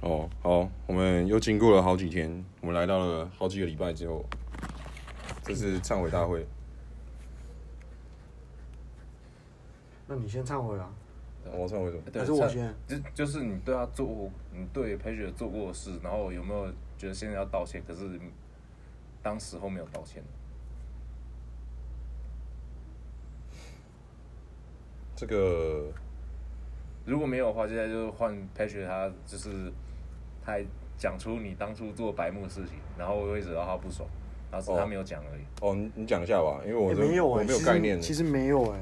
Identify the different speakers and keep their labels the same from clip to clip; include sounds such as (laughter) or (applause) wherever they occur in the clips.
Speaker 1: 哦，好，我们又经过了好几天，我们来到了好几个礼拜之后，这是忏悔大会。
Speaker 2: 那你先忏悔啊，
Speaker 1: 我忏悔什么？
Speaker 3: 对
Speaker 2: 还是我
Speaker 3: 像
Speaker 2: 先
Speaker 3: 就就是你对他做过，你对裴雪做过的事，然后有没有觉得现在要道歉？可是当时候没有道歉，
Speaker 1: 这个
Speaker 3: 如果没有的话，现在就换裴雪他就是他还讲出你当初做白目的事情，然后会惹到他不爽，然后只是他没有讲而已。
Speaker 1: 哦，你你讲一下吧，因为我
Speaker 2: 也
Speaker 1: 真的
Speaker 2: 没有
Speaker 1: 我
Speaker 2: 哎、
Speaker 1: 没
Speaker 2: 其
Speaker 1: 有
Speaker 2: 实
Speaker 1: 概念。
Speaker 2: 其实没有哎、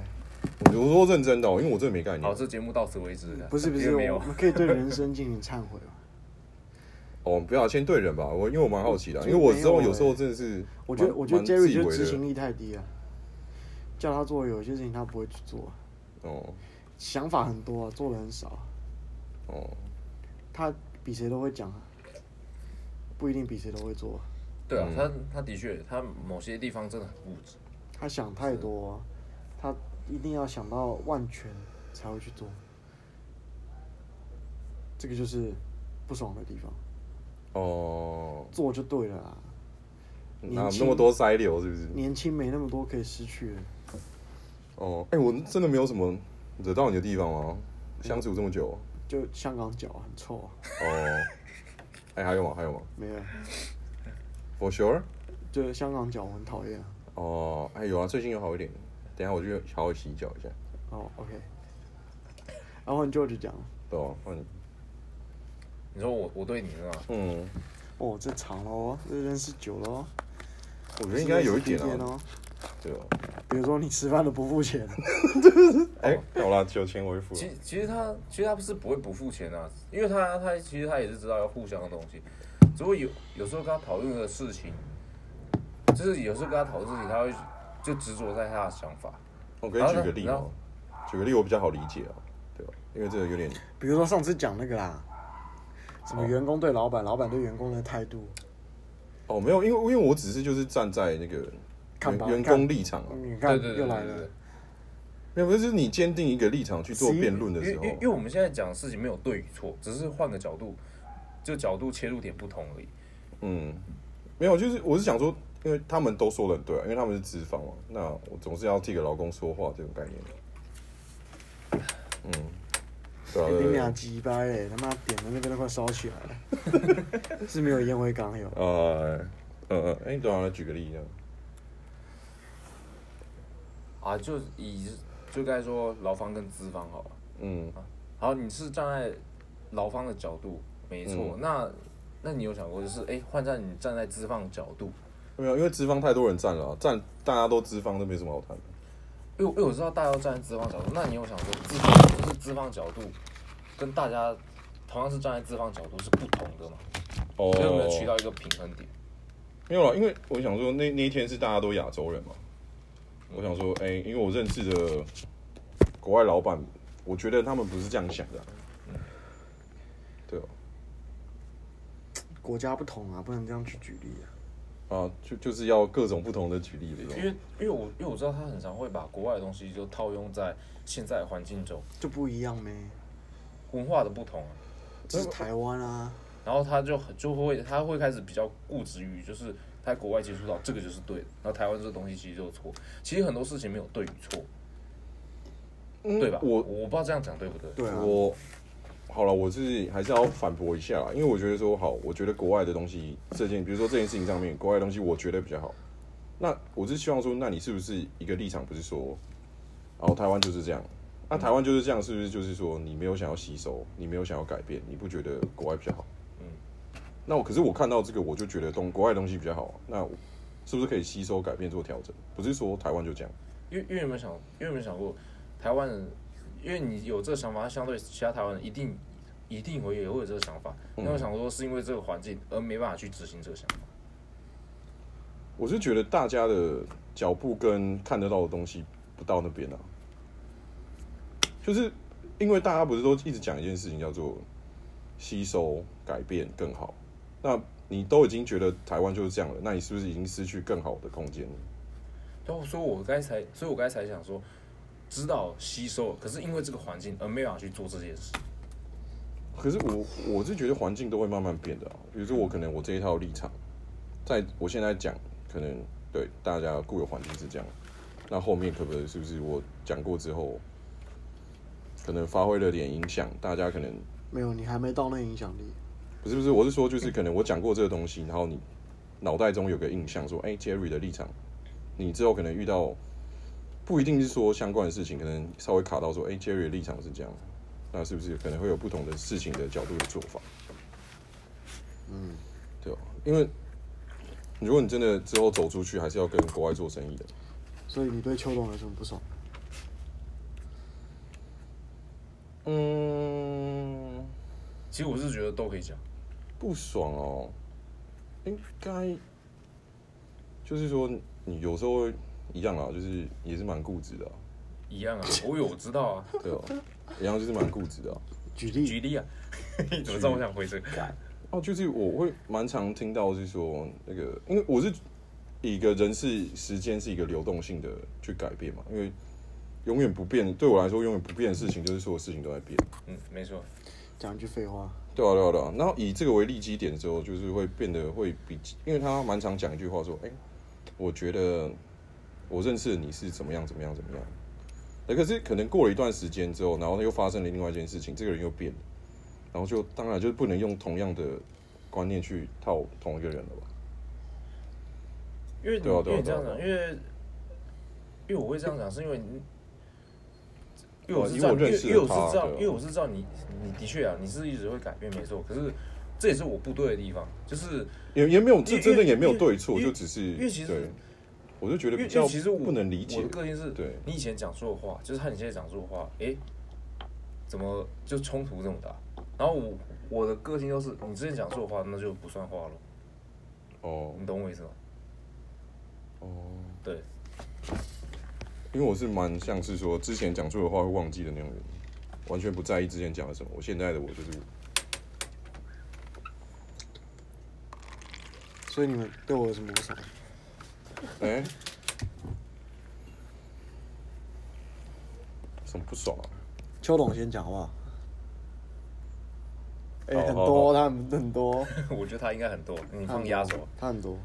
Speaker 1: 我我说认真的哦，因为我真的没概
Speaker 3: 好，
Speaker 1: 念。
Speaker 3: 这节目到此为止。啊
Speaker 1: 啊
Speaker 2: 不是不
Speaker 3: 因
Speaker 2: 是，
Speaker 3: 为没有
Speaker 2: 我们可以对人生进行忏悔
Speaker 1: (laughs)
Speaker 2: 啊嘛。
Speaker 1: 哦，不要先对人吧，我因为我蛮好奇的，啊
Speaker 2: 就
Speaker 1: 因为我
Speaker 2: 没
Speaker 1: 之
Speaker 2: 有
Speaker 1: 后有
Speaker 2: 哎
Speaker 1: 时候真的是蛮，
Speaker 2: 我觉得我觉得
Speaker 1: 蛮自
Speaker 2: Jerry
Speaker 1: 以
Speaker 2: 就
Speaker 1: 为
Speaker 2: 执行
Speaker 1: 的。
Speaker 2: 力太低啊，叫他做有些事情他不会去做，
Speaker 1: 哦
Speaker 2: 想法很多啊，做的很少啊，
Speaker 1: 哦，
Speaker 2: 他比谁都会讲啊，不一定比谁都会做啊，
Speaker 3: 对啊，
Speaker 1: 嗯
Speaker 3: 他他的确，他某些地方真的很固执。
Speaker 2: 他想太多啊、他一定要想到万全才会去做，这个就是不爽的地方，
Speaker 1: 哦，
Speaker 2: 做就对了啊，
Speaker 1: 哪有
Speaker 2: 年
Speaker 1: 那
Speaker 2: 轻
Speaker 1: 么多塞流是不是？
Speaker 2: 年轻没那么多可以失去的。
Speaker 1: 哦，哎、我真的没有什么惹到你的地方吗？相处这么久，
Speaker 2: 就香港脚很臭啊，
Speaker 1: 哦，哎、还有吗？还有吗
Speaker 2: 没有，
Speaker 1: ？For sure。
Speaker 2: 就香港脚我很讨厌啊。
Speaker 1: 哦，哎、有啊，最近有好一点。等一下我去好好洗脚一下，
Speaker 2: 哦，OK，然后你 George 讲，
Speaker 1: 对吧、嗯
Speaker 3: 你说我我对你是吗？
Speaker 1: 嗯，
Speaker 2: 哦，这长了哦，这认识久了哦，
Speaker 1: 我觉得应该有一点
Speaker 2: 是认
Speaker 1: 啊，
Speaker 2: 识哦。
Speaker 1: 对吧、
Speaker 2: 比如说你吃饭都不付钱，
Speaker 1: 哎、好啦，九千我会付了
Speaker 3: 其。其实他其实他不是不会不付钱啊，因为他他其实他也是知道要互相的东西，只不过有有时候跟他讨论的事情，就是有时候跟他讨论事情，他会就执着在他的想法。
Speaker 1: 我可以
Speaker 3: 好
Speaker 1: 举
Speaker 3: 那
Speaker 1: 个例
Speaker 3: 然
Speaker 1: 吗
Speaker 3: 后？
Speaker 1: 举个例我比较好理解啊，对吧、因为这个有点
Speaker 2: 比如说上次讲那个啦，什么
Speaker 1: 哦
Speaker 2: 员工对老板，老板对员工的态度，
Speaker 1: 哦，没有，因为因为我只是就是站在那个
Speaker 2: 看吧
Speaker 1: 员员
Speaker 2: 看
Speaker 1: 工立场啊，
Speaker 2: 你看
Speaker 3: 对对对
Speaker 2: 又来
Speaker 3: 对对
Speaker 2: 了
Speaker 3: 对，
Speaker 1: 没有，就是你坚定一个立场去做
Speaker 2: 十一
Speaker 1: 辩论的时
Speaker 3: 因
Speaker 1: 候
Speaker 3: 为因为因为我们现在讲的事情没有对与错，只是换个角度，就角度切入点不同而已。
Speaker 1: 嗯，没有，就是我是想说，因为他们都说的很对、啊，因为他们是资方嘛，那我总是要替给劳工说话这种概念。嗯，对啊，
Speaker 2: 你
Speaker 1: 对
Speaker 2: 们
Speaker 1: 对
Speaker 2: 俩鸡掰嘞，他妈点的那边都快烧起来了， (laughs) 是没有烟灰缸有，
Speaker 1: 呃，嗯嗯，哎、你等一下来举个例这样。
Speaker 3: 啊，就以就该说劳方跟资方好了。
Speaker 1: 嗯，
Speaker 3: 好，你是站在劳方的角度，没错。
Speaker 1: 嗯
Speaker 3: 那那你有想过，就是哎，换在你站在资方的角度，
Speaker 1: 没有，因为资方太多人占了啊、占大家都资方，都没什么好谈的。
Speaker 3: 因为因为我知道大家都站在资方角度，那你有想说资方就是资方角度跟大家同样是站在资方角度是不同的嘛？
Speaker 1: 哦
Speaker 3: 所以有没有取到一个平衡点？
Speaker 1: 没有了，因为我想说那那一天是大家都亚洲人嘛，我想说，哎、因为我认识的国外老板，我觉得他们不是这样想的啊、对哦、
Speaker 2: 国家不同啊，不能这样去举例啊。
Speaker 1: 啊，就就是要各种不同的举例的
Speaker 3: 因
Speaker 1: 这
Speaker 3: 为
Speaker 1: 种。
Speaker 3: 因为我因为我知道他很常会把国外的东西就套用在现在的环境中，
Speaker 2: 就不一样呗，
Speaker 3: 文化的不同啊、
Speaker 2: 这是台湾啊，
Speaker 3: 然后他就很就会他会开始比较固执于就是他在国外接触到这个就是对的，然后台湾这个东西其实就是错。其实很多事情没有对与错，
Speaker 1: 嗯
Speaker 3: 对吧？
Speaker 1: 我
Speaker 3: 我不知道这样讲对不对？
Speaker 2: 对啊，
Speaker 1: 我好了，我是还是要反驳一下啦，因为我觉得说好，我觉得国外的东西这件，比如说这件事情上面，国外的东西我觉得比较好。那我是希望说，那你是不是一个立场不是说，哦，台湾就是这样，那、台湾就是这样，是不是就是说你没有想要吸收，你没有想要改变，你不觉得国外比较好？嗯
Speaker 3: 嗯，
Speaker 1: 那我可是我看到这个，我就觉得东国外的东西比较好啊，那我是不是可以吸收、改变、做调整？不是说台湾就这样。
Speaker 3: 因为因为有没有想，因为有没有想过，台湾人，因为你有这个想法，相对其他台湾人一定一定会也会有这个想法。
Speaker 1: 嗯
Speaker 3: 那、我想说，是因为这个环境而没办法去执行这个想法。
Speaker 1: 我是觉得大家的脚步跟看得到的东西不到那边啊，就是因为大家不是都一直讲一件事情叫做吸收、改变更好，那你都已经觉得台湾就是这样了，那你是不是已经失去更好的空间了？
Speaker 3: 对啊，所以我刚才，所以我刚才想说，知道吸收，可是因为这个环境而没办法去做这件事。
Speaker 1: 可是我我是觉得环境都会慢慢变的、啊，比如说我可能我这一套立场，在我现在讲，可能对大家固有环境是这样，那后面可不可以是不是我讲过之后，可能发挥了点影响，大家可能
Speaker 2: 没有，你还没到那影响力。
Speaker 1: 不是不是，我是说就是可能我讲过这个东西，然后你脑袋中有个印象说，哎、杰 j e r r y 的立场，你之后可能遇到不一定是说相关的事情，可能稍微卡到说，哎、杰 j e r r y 的立场是这样，那是不是可能会有不同的事情的角度的做法？
Speaker 2: 嗯，
Speaker 1: 对吧？因为如果你真的之后走出去，还是要跟国外做生意的。
Speaker 2: 所以你对邱董有什么不爽？
Speaker 1: 嗯，
Speaker 3: 其实我是觉得都可以讲，
Speaker 1: 不爽哦，应该就是说你有时候会一样啊，就是也是蛮固执的啊、
Speaker 3: 一样啊。我有我知道啊，
Speaker 1: 对吧？一样就是蛮固执的啊、
Speaker 2: 举
Speaker 3: 举
Speaker 2: 例，
Speaker 3: 例啊， (laughs) 你怎么知道我想回这个？
Speaker 1: 哦，就是我会蛮常听到，是说那个，因为我是一个人是时间是一个流动性的去改变嘛，因为永远不变，对我来说永远不变的事情就是所有事情都在变，
Speaker 3: 嗯，没错，
Speaker 2: 讲一句废话，
Speaker 1: 对啊对啊对啊。然后以这个为立基点之后，就是会变得会比，因为他蛮常讲一句话说，哎、我觉得我认识的你是怎么样怎么样怎么样，那可是可能过了一段时间之后，然后又发生了另外一件事情，这个人又变了，然后就当然就不能用同样的观念去套同一个人了吧。
Speaker 3: 因为你
Speaker 1: 对啊
Speaker 3: 因
Speaker 1: 对啊
Speaker 3: 为你这样
Speaker 1: 对啊
Speaker 3: 讲，因为因为我会这样讲，是因为你。因为我是
Speaker 1: 因
Speaker 3: 知
Speaker 1: 为
Speaker 3: 道，
Speaker 1: 啊我
Speaker 3: 因为
Speaker 1: 认识
Speaker 3: 因为
Speaker 1: 了
Speaker 3: 我
Speaker 1: 他
Speaker 3: 是知道，
Speaker 1: 对啊
Speaker 3: 因为我是知道你，你的确啊，你是一直会改变，没错。可是这也是我不对的地方，就是
Speaker 1: 也也没有，这
Speaker 3: 因为
Speaker 1: 真的
Speaker 3: 因为
Speaker 1: 也没有对
Speaker 3: 因
Speaker 1: 错，
Speaker 3: 为
Speaker 1: 就只是
Speaker 3: 因为其实
Speaker 1: 对，我就觉得
Speaker 3: 因为
Speaker 1: 比
Speaker 3: 因
Speaker 1: 较
Speaker 3: 为其实我
Speaker 1: 不能理解
Speaker 3: 我的，个性是，
Speaker 1: 对
Speaker 3: 你以前讲说的话，就是和你现在讲说的话，诶，怎么就冲突这么大？然后我我的个性就是，你之前讲说的话，那就不算话了，
Speaker 1: 哦
Speaker 3: 你懂我意思吗？
Speaker 1: 哦，
Speaker 3: 对， (laughs)
Speaker 1: 因为我是蛮像是说之前讲错的话会忘记的那种人，完全不在意之前讲了什么，我现在的我就是
Speaker 2: 所以你们对我有什么不爽？
Speaker 1: 哎、什么不爽啊？
Speaker 2: 邱董先讲好不好？哎、
Speaker 1: 好
Speaker 2: 很
Speaker 1: 好
Speaker 2: 多，他很很
Speaker 3: (laughs)
Speaker 2: 多，
Speaker 3: 我觉得他应该很多，你
Speaker 2: 他
Speaker 3: 放
Speaker 2: 很
Speaker 3: 压
Speaker 2: 多
Speaker 3: 轴，
Speaker 2: 他很多，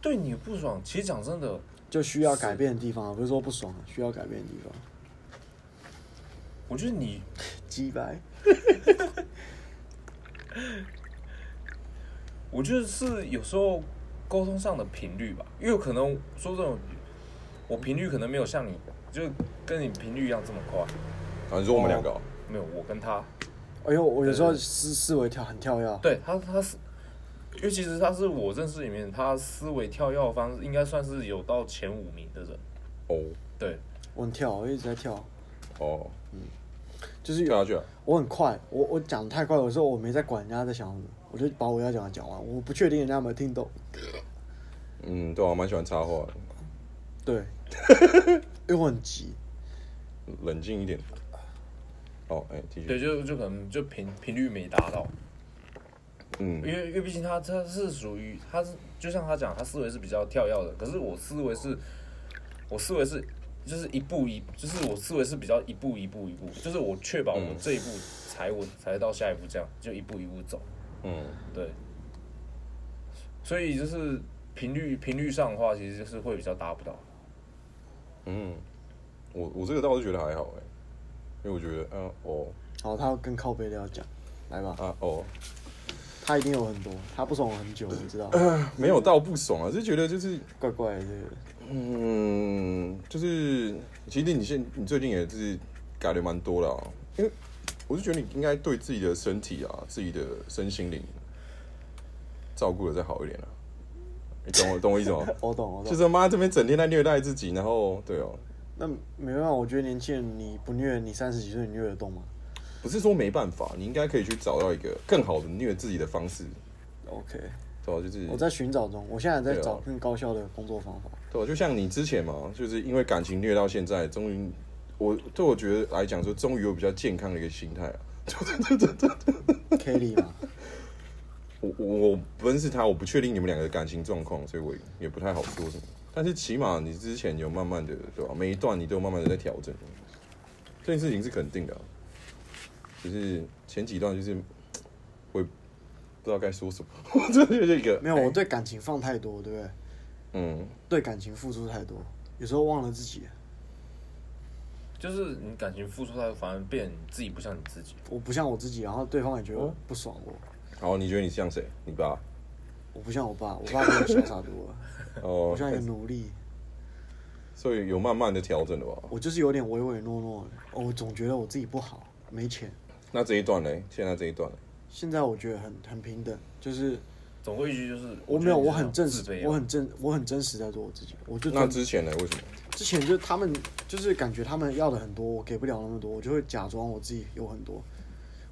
Speaker 3: 对你不爽。其实讲真的，
Speaker 2: 就需要改变的地方，不是说不爽，啊需要改变的地方。
Speaker 3: 我觉得你
Speaker 2: 鸡白，
Speaker 3: 我觉得是有时候沟通上的频率吧，因为可能说这种，我频率可能没有像你，就跟你频率一样这么快，
Speaker 1: 啊，你说我们两个、啊，
Speaker 3: 没有，我跟他，
Speaker 2: 哎呦，我有时
Speaker 3: 对
Speaker 2: 候
Speaker 3: 对
Speaker 2: 思思维跳很跳跃，啊
Speaker 3: 对他，他是，因为其实他是我认识里面，他思维跳跃的方式应该算是有到前五名的人。
Speaker 1: 哦
Speaker 3: 对，
Speaker 2: 我很跳，我一直在跳，
Speaker 1: 哦，
Speaker 2: 就是
Speaker 1: 跳下去啊，
Speaker 2: 我很快，我我讲太快，有时候我没在管人家在想什么，我就把我要讲的讲完，我不确定人家有没有听懂。
Speaker 1: 嗯，对啊，蛮喜欢插话的，
Speaker 2: 对， (laughs) 因为我很急，
Speaker 1: 冷静一点。哦，哎、继
Speaker 3: 对，
Speaker 1: 续，
Speaker 3: 就就可能就频频率没达到，
Speaker 1: 嗯
Speaker 3: 因，为因为毕竟他他是属于他是就像他讲，他思维是比较跳跃的，可是我思维是，我思维是就是一步一，就是我思维是比较一步一步一步，就是我确保我
Speaker 1: 嗯
Speaker 3: 这一步踩稳，才到下一步这样，就一步一步走。
Speaker 1: 嗯，
Speaker 3: 对，所以就是频率频率上的话，其实就是会比较达不到。
Speaker 1: 嗯，我我这个倒是觉得还好哎、因为我觉得，嗯、哦，
Speaker 2: 好，他要跟靠背的要讲，来吧，
Speaker 1: 啊哦，
Speaker 2: 他一定有很多，他不爽我很久，我知道，
Speaker 1: (laughs) 没有到不爽啊，是觉得就是，
Speaker 2: 怪怪的这个，
Speaker 1: 嗯，就是，其实你现你最近也是改的蛮多了、啊，因为我是觉得你应该对自己的身体啊，自己的身心灵照顾的再好一点啊，你懂我懂我意思
Speaker 2: (laughs)
Speaker 1: 吗？
Speaker 2: 我懂我
Speaker 1: 就
Speaker 2: 懂。
Speaker 1: 是妈这边整天在虐待自己，然后对哦，
Speaker 2: 那没办法，我觉得年轻人你不虐，你三十几岁你虐得动吗
Speaker 1: 不是说没办法，你应该可以去找到一个更好的虐自己的方式，
Speaker 2: ？OK，
Speaker 1: 对吧、就是
Speaker 2: 我在寻找中，我现在在
Speaker 1: 对啊
Speaker 2: 找更高效的工作方法。
Speaker 1: 对，就像你之前嘛，就是因为感情虐到现在，终于，我对我觉得来讲说，终于有比较健康的一个心态啊。啊
Speaker 2: Kelly
Speaker 1: (laughs)
Speaker 2: 嘛，
Speaker 1: 我我我不认识他，我不确定你们两个的感情状况，所以我也不太好说什么。但是起码你之前有慢慢的，对吧、每一段你都有慢慢的在调整，这件事情是肯定的啊、就是前几段就是会不知道该说什么，我真的就是一个
Speaker 2: 没有，我对感情放太多，对不对？
Speaker 1: 嗯，
Speaker 2: 对感情付出太多，有时候忘了自己。
Speaker 3: 就是你感情付出到，反而变你自己不像你自己。
Speaker 2: 我不像我自己，然后对方也觉
Speaker 1: 哦
Speaker 2: 得不爽我。
Speaker 1: 好，哦你觉得你像谁？你爸？
Speaker 2: 我不像我爸，我爸比我潇洒多
Speaker 1: (laughs)
Speaker 2: 了，
Speaker 1: 哦
Speaker 2: 我，像一个奴隶。
Speaker 1: 所以有慢慢的调整了吧？
Speaker 2: 我就是有点唯唯诺诺的，哦我总觉得我自己不好，没钱。
Speaker 1: 那这一段呢？现在这一段呢？
Speaker 2: 现在我觉得很很平等，就是
Speaker 3: 总归一句就是，
Speaker 2: 我
Speaker 3: 觉
Speaker 2: 没
Speaker 3: 得
Speaker 2: 有，我
Speaker 3: 你是那
Speaker 2: 很
Speaker 3: 种
Speaker 2: 正
Speaker 3: 自卑
Speaker 2: 实，
Speaker 3: 啊
Speaker 2: 我很真，我很真实在做我自己。我就
Speaker 1: 那
Speaker 2: 真
Speaker 1: 之前呢？为什么？
Speaker 2: 之前就是他们就是感觉他们要的很多，我给不了那么多，我就会假装我自己有很多，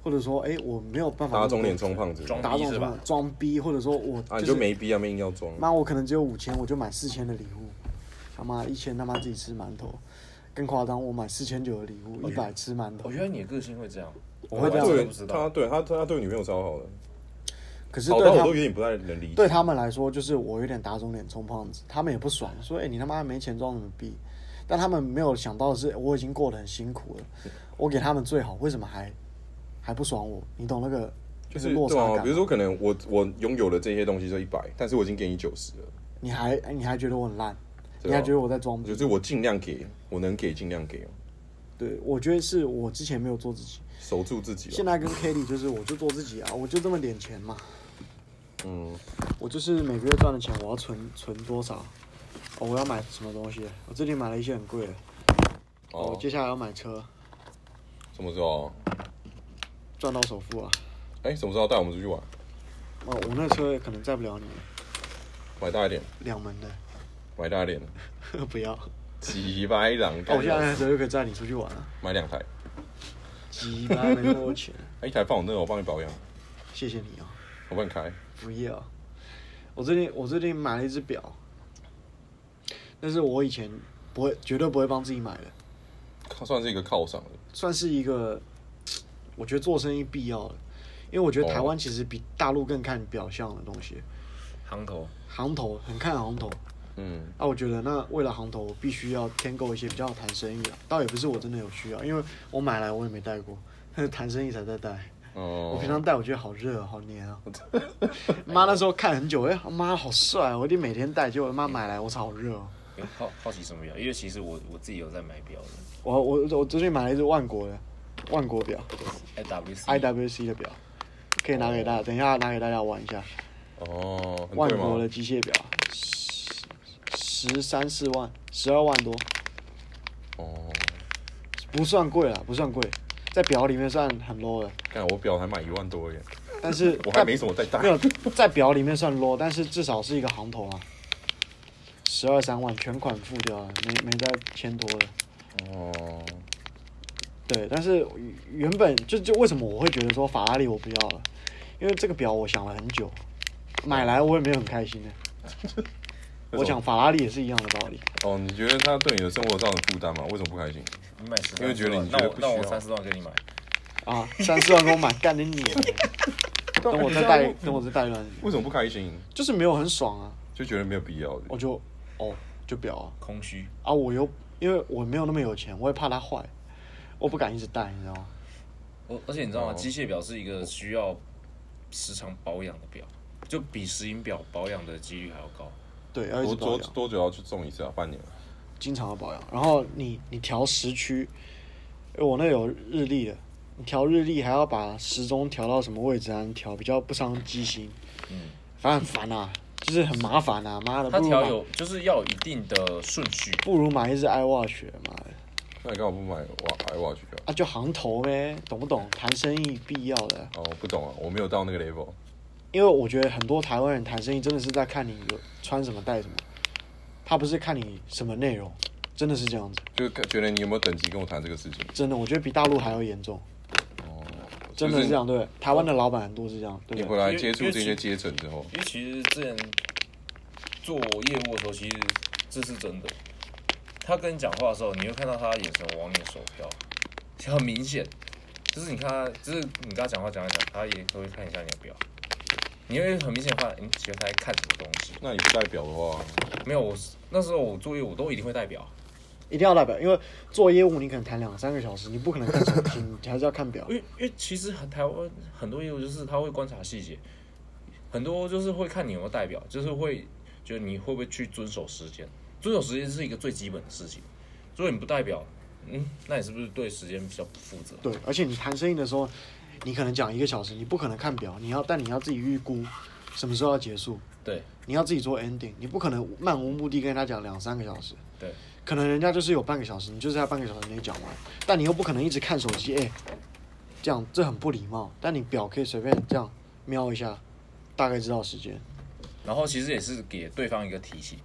Speaker 2: 或者说哎、我没有办法
Speaker 1: 打
Speaker 2: 那么多
Speaker 1: 肿脸充胖子？
Speaker 3: 装
Speaker 2: 打
Speaker 3: 逼
Speaker 2: 肿
Speaker 3: 是吧
Speaker 2: 脸装逼，或者说我
Speaker 1: 啊，你
Speaker 2: 是
Speaker 1: 就没逼啊，没硬要装。
Speaker 2: 妈，我可能只有五千，我就买四千的礼物，他妈一千他妈自己吃馒头，更夸张，我买四千九的礼物，一百吃馒头
Speaker 3: 我。觉得你的个性会这样，
Speaker 2: 我会这
Speaker 3: 完
Speaker 2: 样
Speaker 3: 全
Speaker 1: 对
Speaker 3: 不知，
Speaker 1: 他
Speaker 3: 道。
Speaker 1: 对他他对女朋友超好的，
Speaker 2: 可是
Speaker 1: 好
Speaker 2: 对
Speaker 1: 到我
Speaker 2: 他
Speaker 1: 都有点不太能理
Speaker 2: 对
Speaker 1: 解。
Speaker 2: 他们来说，就是我有点打肿脸充胖子，他们也不爽，说哎、你他妈没钱装什么逼？但他们没有想到的是，我已经过得很辛苦了，我给他们最好，为什么还还不爽我？你懂那个
Speaker 1: 就是
Speaker 2: 落
Speaker 1: 对
Speaker 2: 差感
Speaker 1: 啊，
Speaker 2: 吗？
Speaker 1: 比如说可能我我拥有的这些东西就一百，但是我已经给你九十了，
Speaker 2: 你还哎你还觉得我很烂，
Speaker 1: 对
Speaker 2: 你
Speaker 1: 吧
Speaker 2: 还觉得我在装
Speaker 1: 就
Speaker 2: 逼？
Speaker 1: 是我尽量给，我能给尽量给，哦
Speaker 2: 对，我觉得是我之前没有做自己，
Speaker 1: 守住自己
Speaker 2: 现
Speaker 1: 了。
Speaker 2: 在跟 Kitty 就是我就做自己啊，我就这么点钱嘛，
Speaker 1: 嗯，
Speaker 2: 我就是每个月赚的钱，我要存存多少、哦，我要买什么东西？我最近买了一些很贵的，哦，我
Speaker 1: 哦，
Speaker 2: 接下来要买车，
Speaker 1: 什么时候？啊
Speaker 2: 赚到首付啊。
Speaker 1: 哎，什么时候带我们出去玩？
Speaker 2: 哦，我那车可能载不了你，
Speaker 1: 买大一点，
Speaker 2: 两门的， (laughs)
Speaker 1: 买大一点，
Speaker 2: 不要。
Speaker 1: 几百两。
Speaker 2: 哦，我现在那车就可以载你出去玩了，
Speaker 1: 买两台，
Speaker 2: 鸡巴没那么多钱， (laughs)
Speaker 1: 哎一台放我那，我帮你保养，
Speaker 2: 谢谢你哦，
Speaker 1: 我帮你开。
Speaker 2: 不要。我最近我最近买了一只表，但是我以前不会，绝对不会帮自己买的，
Speaker 1: 靠算是一个犒赏的，
Speaker 2: 算是一个，我觉得做生意必要的，因为我觉得
Speaker 1: 哦
Speaker 2: 台湾其实比大陆更看表象的东西，
Speaker 3: 行头，
Speaker 2: 行头很看行头。
Speaker 1: 嗯，
Speaker 2: 啊，我觉得那为了行头，我必须要添购一些比较谈生意的，啊倒也不是我真的有需要，因为我买来我也没戴过， (laughs) 但是谈生意才在戴。
Speaker 1: 哦
Speaker 2: 我平常戴我觉得好热，好
Speaker 1: (laughs)
Speaker 2: 黏啊！妈那时候看很久，哎、妈好帅，我一定每天戴，结果妈买来我操好热哦。
Speaker 3: 有好好奇什么表？因为其实我我自己有在买表的
Speaker 2: 我我我最近买了一只万国的万国表
Speaker 3: ，IWC。
Speaker 2: ，IWC 的表，可以拿给大家，等一下拿给大家玩一下。
Speaker 1: 哦，很
Speaker 2: 万
Speaker 1: 对
Speaker 2: 国的
Speaker 1: 吗？
Speaker 2: 机械表，十十三四万，十二万多，
Speaker 1: 哦，
Speaker 2: 不算贵啦，不算贵，在表里面算很 low 的，
Speaker 1: 看我表还买一万多耶，
Speaker 2: 但是
Speaker 1: (laughs) 我还没什么在戴
Speaker 2: 没。有在表里面算 low，但是至少是一个行头啊，十二三万全款付掉了，没没再牵多了。
Speaker 1: 哦，
Speaker 2: 对，但是原本就就为什么我会觉得说法拉利我不要了，因为这个表我想了很久，买来我也没有很开心的。
Speaker 1: (laughs)
Speaker 2: 我想法拉利也是一样的道理，
Speaker 1: 哦，你觉得他对你的生活造成负担吗？为什么不开心？
Speaker 3: 你买十，
Speaker 1: 因为觉得你觉
Speaker 3: 那
Speaker 1: 得
Speaker 3: 我
Speaker 1: 不需
Speaker 3: 那
Speaker 1: 要
Speaker 3: 我三十万给你买，
Speaker 2: 啊，三四万给我买，干
Speaker 1: (laughs)
Speaker 2: 你你！等我再带，等我再带一段，
Speaker 1: 为什么不开心？
Speaker 2: 就是没有很爽啊，
Speaker 1: 就觉得没有必要的。
Speaker 2: 我就哦就表啊
Speaker 3: 空虚。
Speaker 2: 啊，我又因为我没有那么有钱，我也怕它坏，我不敢一直戴，你知道吗？
Speaker 3: 而而且你知道吗？
Speaker 1: 哦
Speaker 3: 机械表是一个需要时常保养的表，就比石英表保养的几率还要高。
Speaker 2: 对，要
Speaker 1: 多
Speaker 2: 一直保
Speaker 1: 多
Speaker 2: 养，
Speaker 1: 多久要去种一次啊？半年。
Speaker 2: 经常要保养。然后你你调时区，因为我那有日历的，你调日历还要把时钟调到什么位置啊？你调比较不伤机芯，
Speaker 3: 嗯，
Speaker 2: 反正很烦啊，就是很麻烦啊，妈的，
Speaker 3: 它
Speaker 2: 不如
Speaker 3: 调
Speaker 2: 买
Speaker 3: 有就是要有一定的顺序。
Speaker 2: 不如买一只 iWatch，妈的。
Speaker 1: 那你干嘛不买哇 iWatch 表？
Speaker 2: 啊，就行头呗，懂不懂？谈生意必要的，
Speaker 1: 哦，我不懂啊，我没有到那个 level。
Speaker 2: 因为我觉得很多台湾人谈生意真的是在看你有穿什么戴什么，他不是看你什么内容，真的是这样子，
Speaker 1: 就觉得你有没有等级跟我谈这个事情？
Speaker 2: 真的，我觉得比大陆还要严重，
Speaker 1: 哦，
Speaker 2: 真
Speaker 1: 就
Speaker 2: 的
Speaker 1: 是
Speaker 2: 是这样，对不对？台湾的老板很多是这样，对
Speaker 3: 啊
Speaker 1: 你
Speaker 2: 不
Speaker 1: 回
Speaker 2: 对？
Speaker 1: 来接触这些阶层之后，
Speaker 3: 因为其实之前做业务的时候，其实这是真的。他跟你讲话的时候，你会看到他眼神往你的手飘，很明显。就是你看他，就是你跟他讲话讲一讲，他也会看一下你的表，你会很明显发现，嗯，其实他在看什么东西。
Speaker 1: 那你不戴表的话，
Speaker 3: 没有，我是那时候我作业我都一定会带表，
Speaker 2: 一定要代表，因为做业务你可能谈两三个小时，你不可能看手机，你还是要看表
Speaker 3: 因。为因为其实很台湾很多业务就是他会观察细节，很多就是会看你有没有代表，就是会觉得你会不会去遵守时间，遵守时间是一个最基本的事情。如果你不代表，嗯，那你是不是对时间比较不负责？
Speaker 2: 对，而且你谈生意的时候，你可能讲一个小时，你不可能看表，你要但你要自己预估什么时候要结束，
Speaker 3: 对
Speaker 2: 你要自己做 ending，你不可能漫无目的跟他讲两三个小时。
Speaker 3: 对，
Speaker 2: 可能人家就是有半个小时，你就是在半个小时内讲完，但你又不可能一直看手机，哎、这样这很不礼貌。但你表可以随便这样瞄一下，大概知道时间，
Speaker 3: 然后其实也是给对方一个提醒。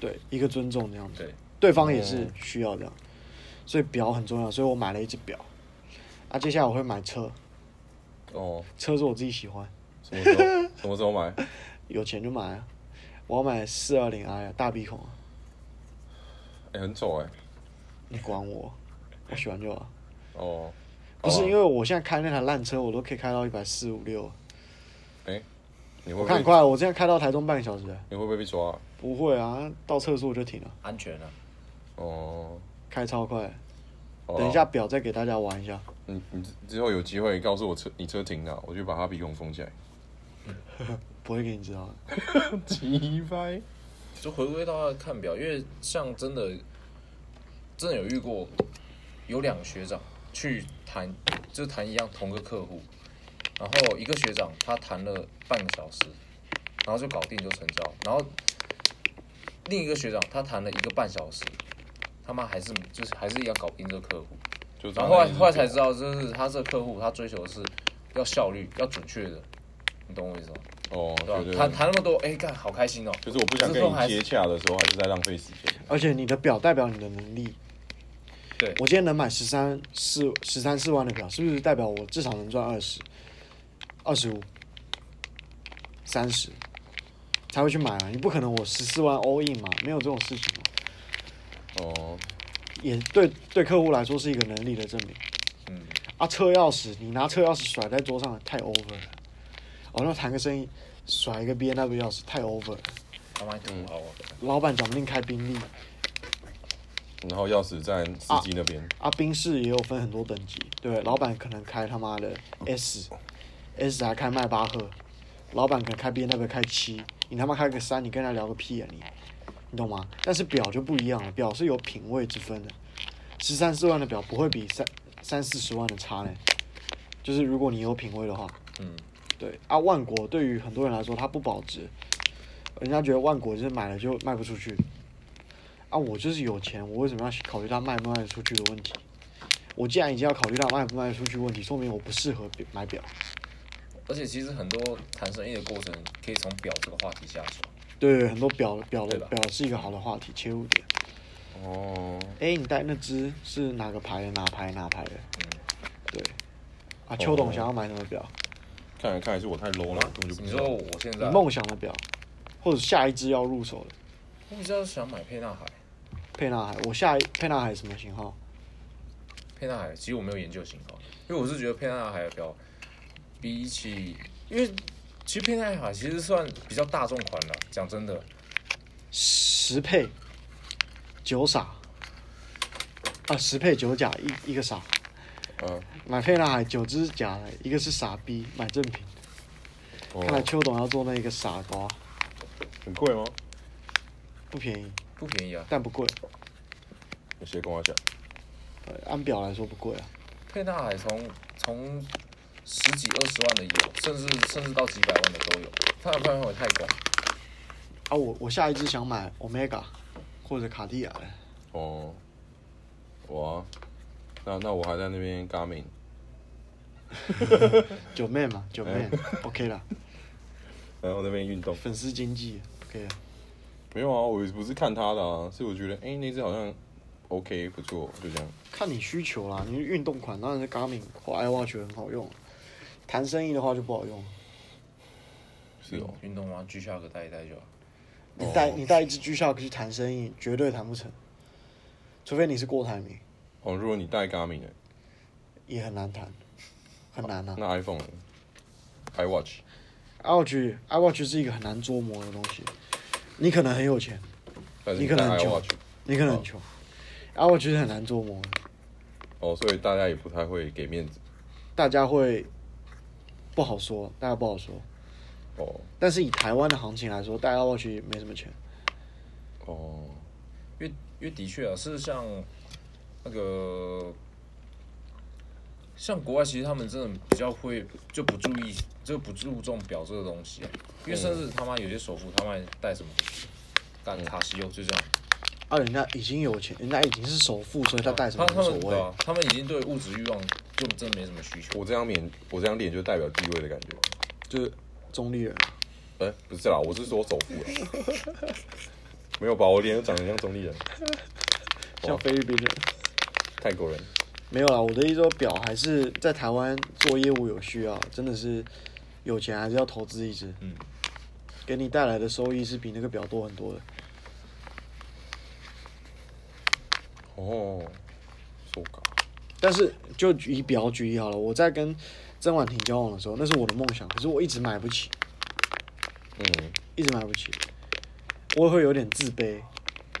Speaker 2: 对，一个尊重这样子。
Speaker 3: 对，
Speaker 2: 对方也是需要这样，所以表很重要，所以我买了一只表。啊，接下来我会买车，
Speaker 1: 哦，
Speaker 2: 车是我自己喜欢，
Speaker 1: 什么时候什么时候买？
Speaker 2: 有钱就买啊。我要买四二零 i 啊，大鼻孔啊，
Speaker 1: 哎，很丑哎。
Speaker 2: 你管我，我喜欢就好。
Speaker 1: 哦，
Speaker 2: 不是
Speaker 1: 好啊
Speaker 2: 因为我现在开那台烂车，我都可以开到一百四五六。
Speaker 1: 哎你会
Speaker 2: 我
Speaker 1: 不
Speaker 2: 看
Speaker 1: 会
Speaker 2: 很快，啊我这样开到台中半个小时。
Speaker 1: 你会不会被抓啊？
Speaker 2: 不会啊，到厕所我就停了，
Speaker 3: 安全啊，
Speaker 1: 哦，
Speaker 2: 开超快。
Speaker 1: 好啊
Speaker 2: 等一下，表再给大家玩一下。
Speaker 1: 你你之之后有机会告诉我车你车停哪，我就把他鼻孔封起来。
Speaker 2: 不会给你知道的。
Speaker 1: 鸡掰！
Speaker 3: 就回归到看表，因为像真的真的有遇过有两个学长去谈，就谈一样同个客户，然后一个学长他谈了半个小时，然后就搞定就成交，然后另一个学长他谈了一个半小时，他妈还是就是还是要搞定这个客户，
Speaker 1: 就
Speaker 3: 然后后来
Speaker 1: 差那一只
Speaker 3: 后来
Speaker 1: 表
Speaker 3: 才知道，就是他这个客户他追求的是要效率，要准确的，你懂我意思吗？
Speaker 1: 哦，
Speaker 3: 对吧
Speaker 1: 对？对
Speaker 3: 谈
Speaker 1: 对，
Speaker 3: 谈那么多，哎、干好开心哦、
Speaker 1: 就是我不想跟你接洽的时候，还是在浪费时间。
Speaker 2: 而且你的表代表你的能力。
Speaker 3: 对
Speaker 2: 我今天能买十三四十三四万的表，是不是代表我至少能赚二十、二十五、三十才会去买啊？你不可能我十四万 all in 嘛，没有这种事情嘛。
Speaker 1: 哦，
Speaker 2: 也对对客户来说是一个能力的证明。
Speaker 3: 嗯，
Speaker 2: 啊，车钥匙你拿车钥匙甩在桌上太 over 了。哦，那谈个生意甩一个 B N W 钥匙太 over 了，
Speaker 3: 他妈土豪
Speaker 1: 嗯
Speaker 3: 啊！
Speaker 2: 老板讲不定开宾利
Speaker 1: 然后钥匙在司机那边。
Speaker 2: 啊，宾士也有分很多等级，对不对？老板可能开他妈的 S S 还开迈巴赫，老板可能开 B N W 开七，你他妈开个三，你跟他聊个屁啊你，你懂吗？但是表就不一样了，表是有品味之分的，十三四万的表不会比三三四十万的差呢，就是如果你有品味的话。
Speaker 3: 嗯，
Speaker 2: 对啊，万国对于很多人来说它不保值，人家觉得万国就是买了就卖不出去。啊，我就是有钱，我为什么要去考虑到卖不卖得出去的问题？我既然已经要考虑到卖不卖得出去问题，说明我不适合表买表。
Speaker 3: 而且其实很多谈生意的过程，可以从表这个话题下手。
Speaker 2: 对，很多表表的
Speaker 3: 对吧
Speaker 2: 表是一个好的话题切入点。
Speaker 3: 啊
Speaker 1: 哦，
Speaker 2: 哎，你戴那只是哪个牌的？哪牌哪牌的？
Speaker 3: 嗯，
Speaker 2: 对。啊，邱董
Speaker 1: 哦
Speaker 2: 想要买什么表？
Speaker 1: 看来看来是我太 low 了，我啊根本就不
Speaker 3: 你
Speaker 1: 知道
Speaker 3: 说我现
Speaker 2: 你
Speaker 3: 在，我
Speaker 2: 梦想的表，或者下一只要入手的
Speaker 3: 比较想买沛纳海，
Speaker 2: 沛纳海。我下一沛纳海什么型号？
Speaker 3: 沛纳海其实我没有研究型号，因为我是觉得沛纳海的表比起，因为其实沛纳海其实算比较大众款了。讲真的，
Speaker 2: 十配九傻，啊，十配九假一一个傻。
Speaker 1: 嗯
Speaker 2: 买沛纳海九只假的，一个是傻逼，买正品。看来
Speaker 1: 哦，
Speaker 2: 邱董要做那一个傻瓜，
Speaker 1: 很贵吗？
Speaker 2: 不便宜，
Speaker 3: 不便宜啊。
Speaker 2: 但不贵。
Speaker 1: 有谁跟我讲？
Speaker 2: 呃按表来说不贵啊，
Speaker 3: 沛纳海从从十几二十万的有，甚至甚至到几百万的都有，它的范围太广。
Speaker 2: 啊，我我下一只想买 Omega 或者卡地亚的，
Speaker 1: 哦，我啊，那那我还在那边 Garmin，
Speaker 2: 九妹嘛，九妹 OK 啦，
Speaker 1: 然后那边运动。
Speaker 2: 粉丝经济 OK 啦。
Speaker 1: 没有啊，我不是看他的啊，是我觉得哎、那只好像 OK 不错，就这样。
Speaker 2: 看你需求啦，你运动款当然是 Garmin 或 iWatch 很好用，谈生意的话就不好用。
Speaker 1: 是哦，
Speaker 3: 运动完啊 G s h o c 带一带就好。
Speaker 2: 你带
Speaker 1: 哦
Speaker 2: 你带一只 G s h o c 去谈生意，绝对谈不成，除非你是郭台铭，
Speaker 1: 哦，如果你带 Garmin 的、
Speaker 2: 也很难谈，很难啊。
Speaker 1: 那 iPhone 呢、iWatch，
Speaker 2: iWatch iWatch 是一个很难捉摸的东西，你可能很有钱，
Speaker 1: 但是
Speaker 2: 你可能
Speaker 1: 带
Speaker 2: 很穷
Speaker 1: iWatch，
Speaker 3: 哦
Speaker 2: 你可能很穷，啊，我觉得很难捉摸，
Speaker 1: 哦，所以大家也不太会给面子
Speaker 2: 大家会不好说，大家不好说。
Speaker 1: 哦
Speaker 2: 但是以台湾的行情来说，大家或许没什么钱。
Speaker 1: 哦，
Speaker 3: 因为因为的确啊，是像那个像国外，其实他们真的比较会就不注意，就不注重表这个东西、啊，因为甚至他妈有些首富他妈还带什么干卡西欧就这样，
Speaker 2: 啊，人家已经有钱，人家已经是首富，所以他带什么
Speaker 3: 他他
Speaker 2: 无所
Speaker 3: 们对
Speaker 2: 谓。
Speaker 3: 啊，他们已经对物质欲望就真没什么需求。
Speaker 1: 我这张脸，我这张脸就代表地位的感觉吗？
Speaker 2: 就是中立人，啊
Speaker 1: 哎、不是啦，我是说首富啦， (laughs) 没有吧？我脸又长得像中立人、
Speaker 3: 哦
Speaker 2: 像菲律宾人。
Speaker 1: 泰国人，
Speaker 2: 没有啦，我的意思说表还是在台湾做业务有需要，真的是有钱还是要投资一支，
Speaker 3: 嗯，
Speaker 2: 给你带来的收益是比那个表多很多的。
Speaker 1: 哦，说搞，
Speaker 2: 但是就以表举例好了，我在跟曾婉婷交往的时候，那是我的梦想，可是我一直买不起，
Speaker 1: 嗯，
Speaker 2: 一直买不起，我会有点自卑。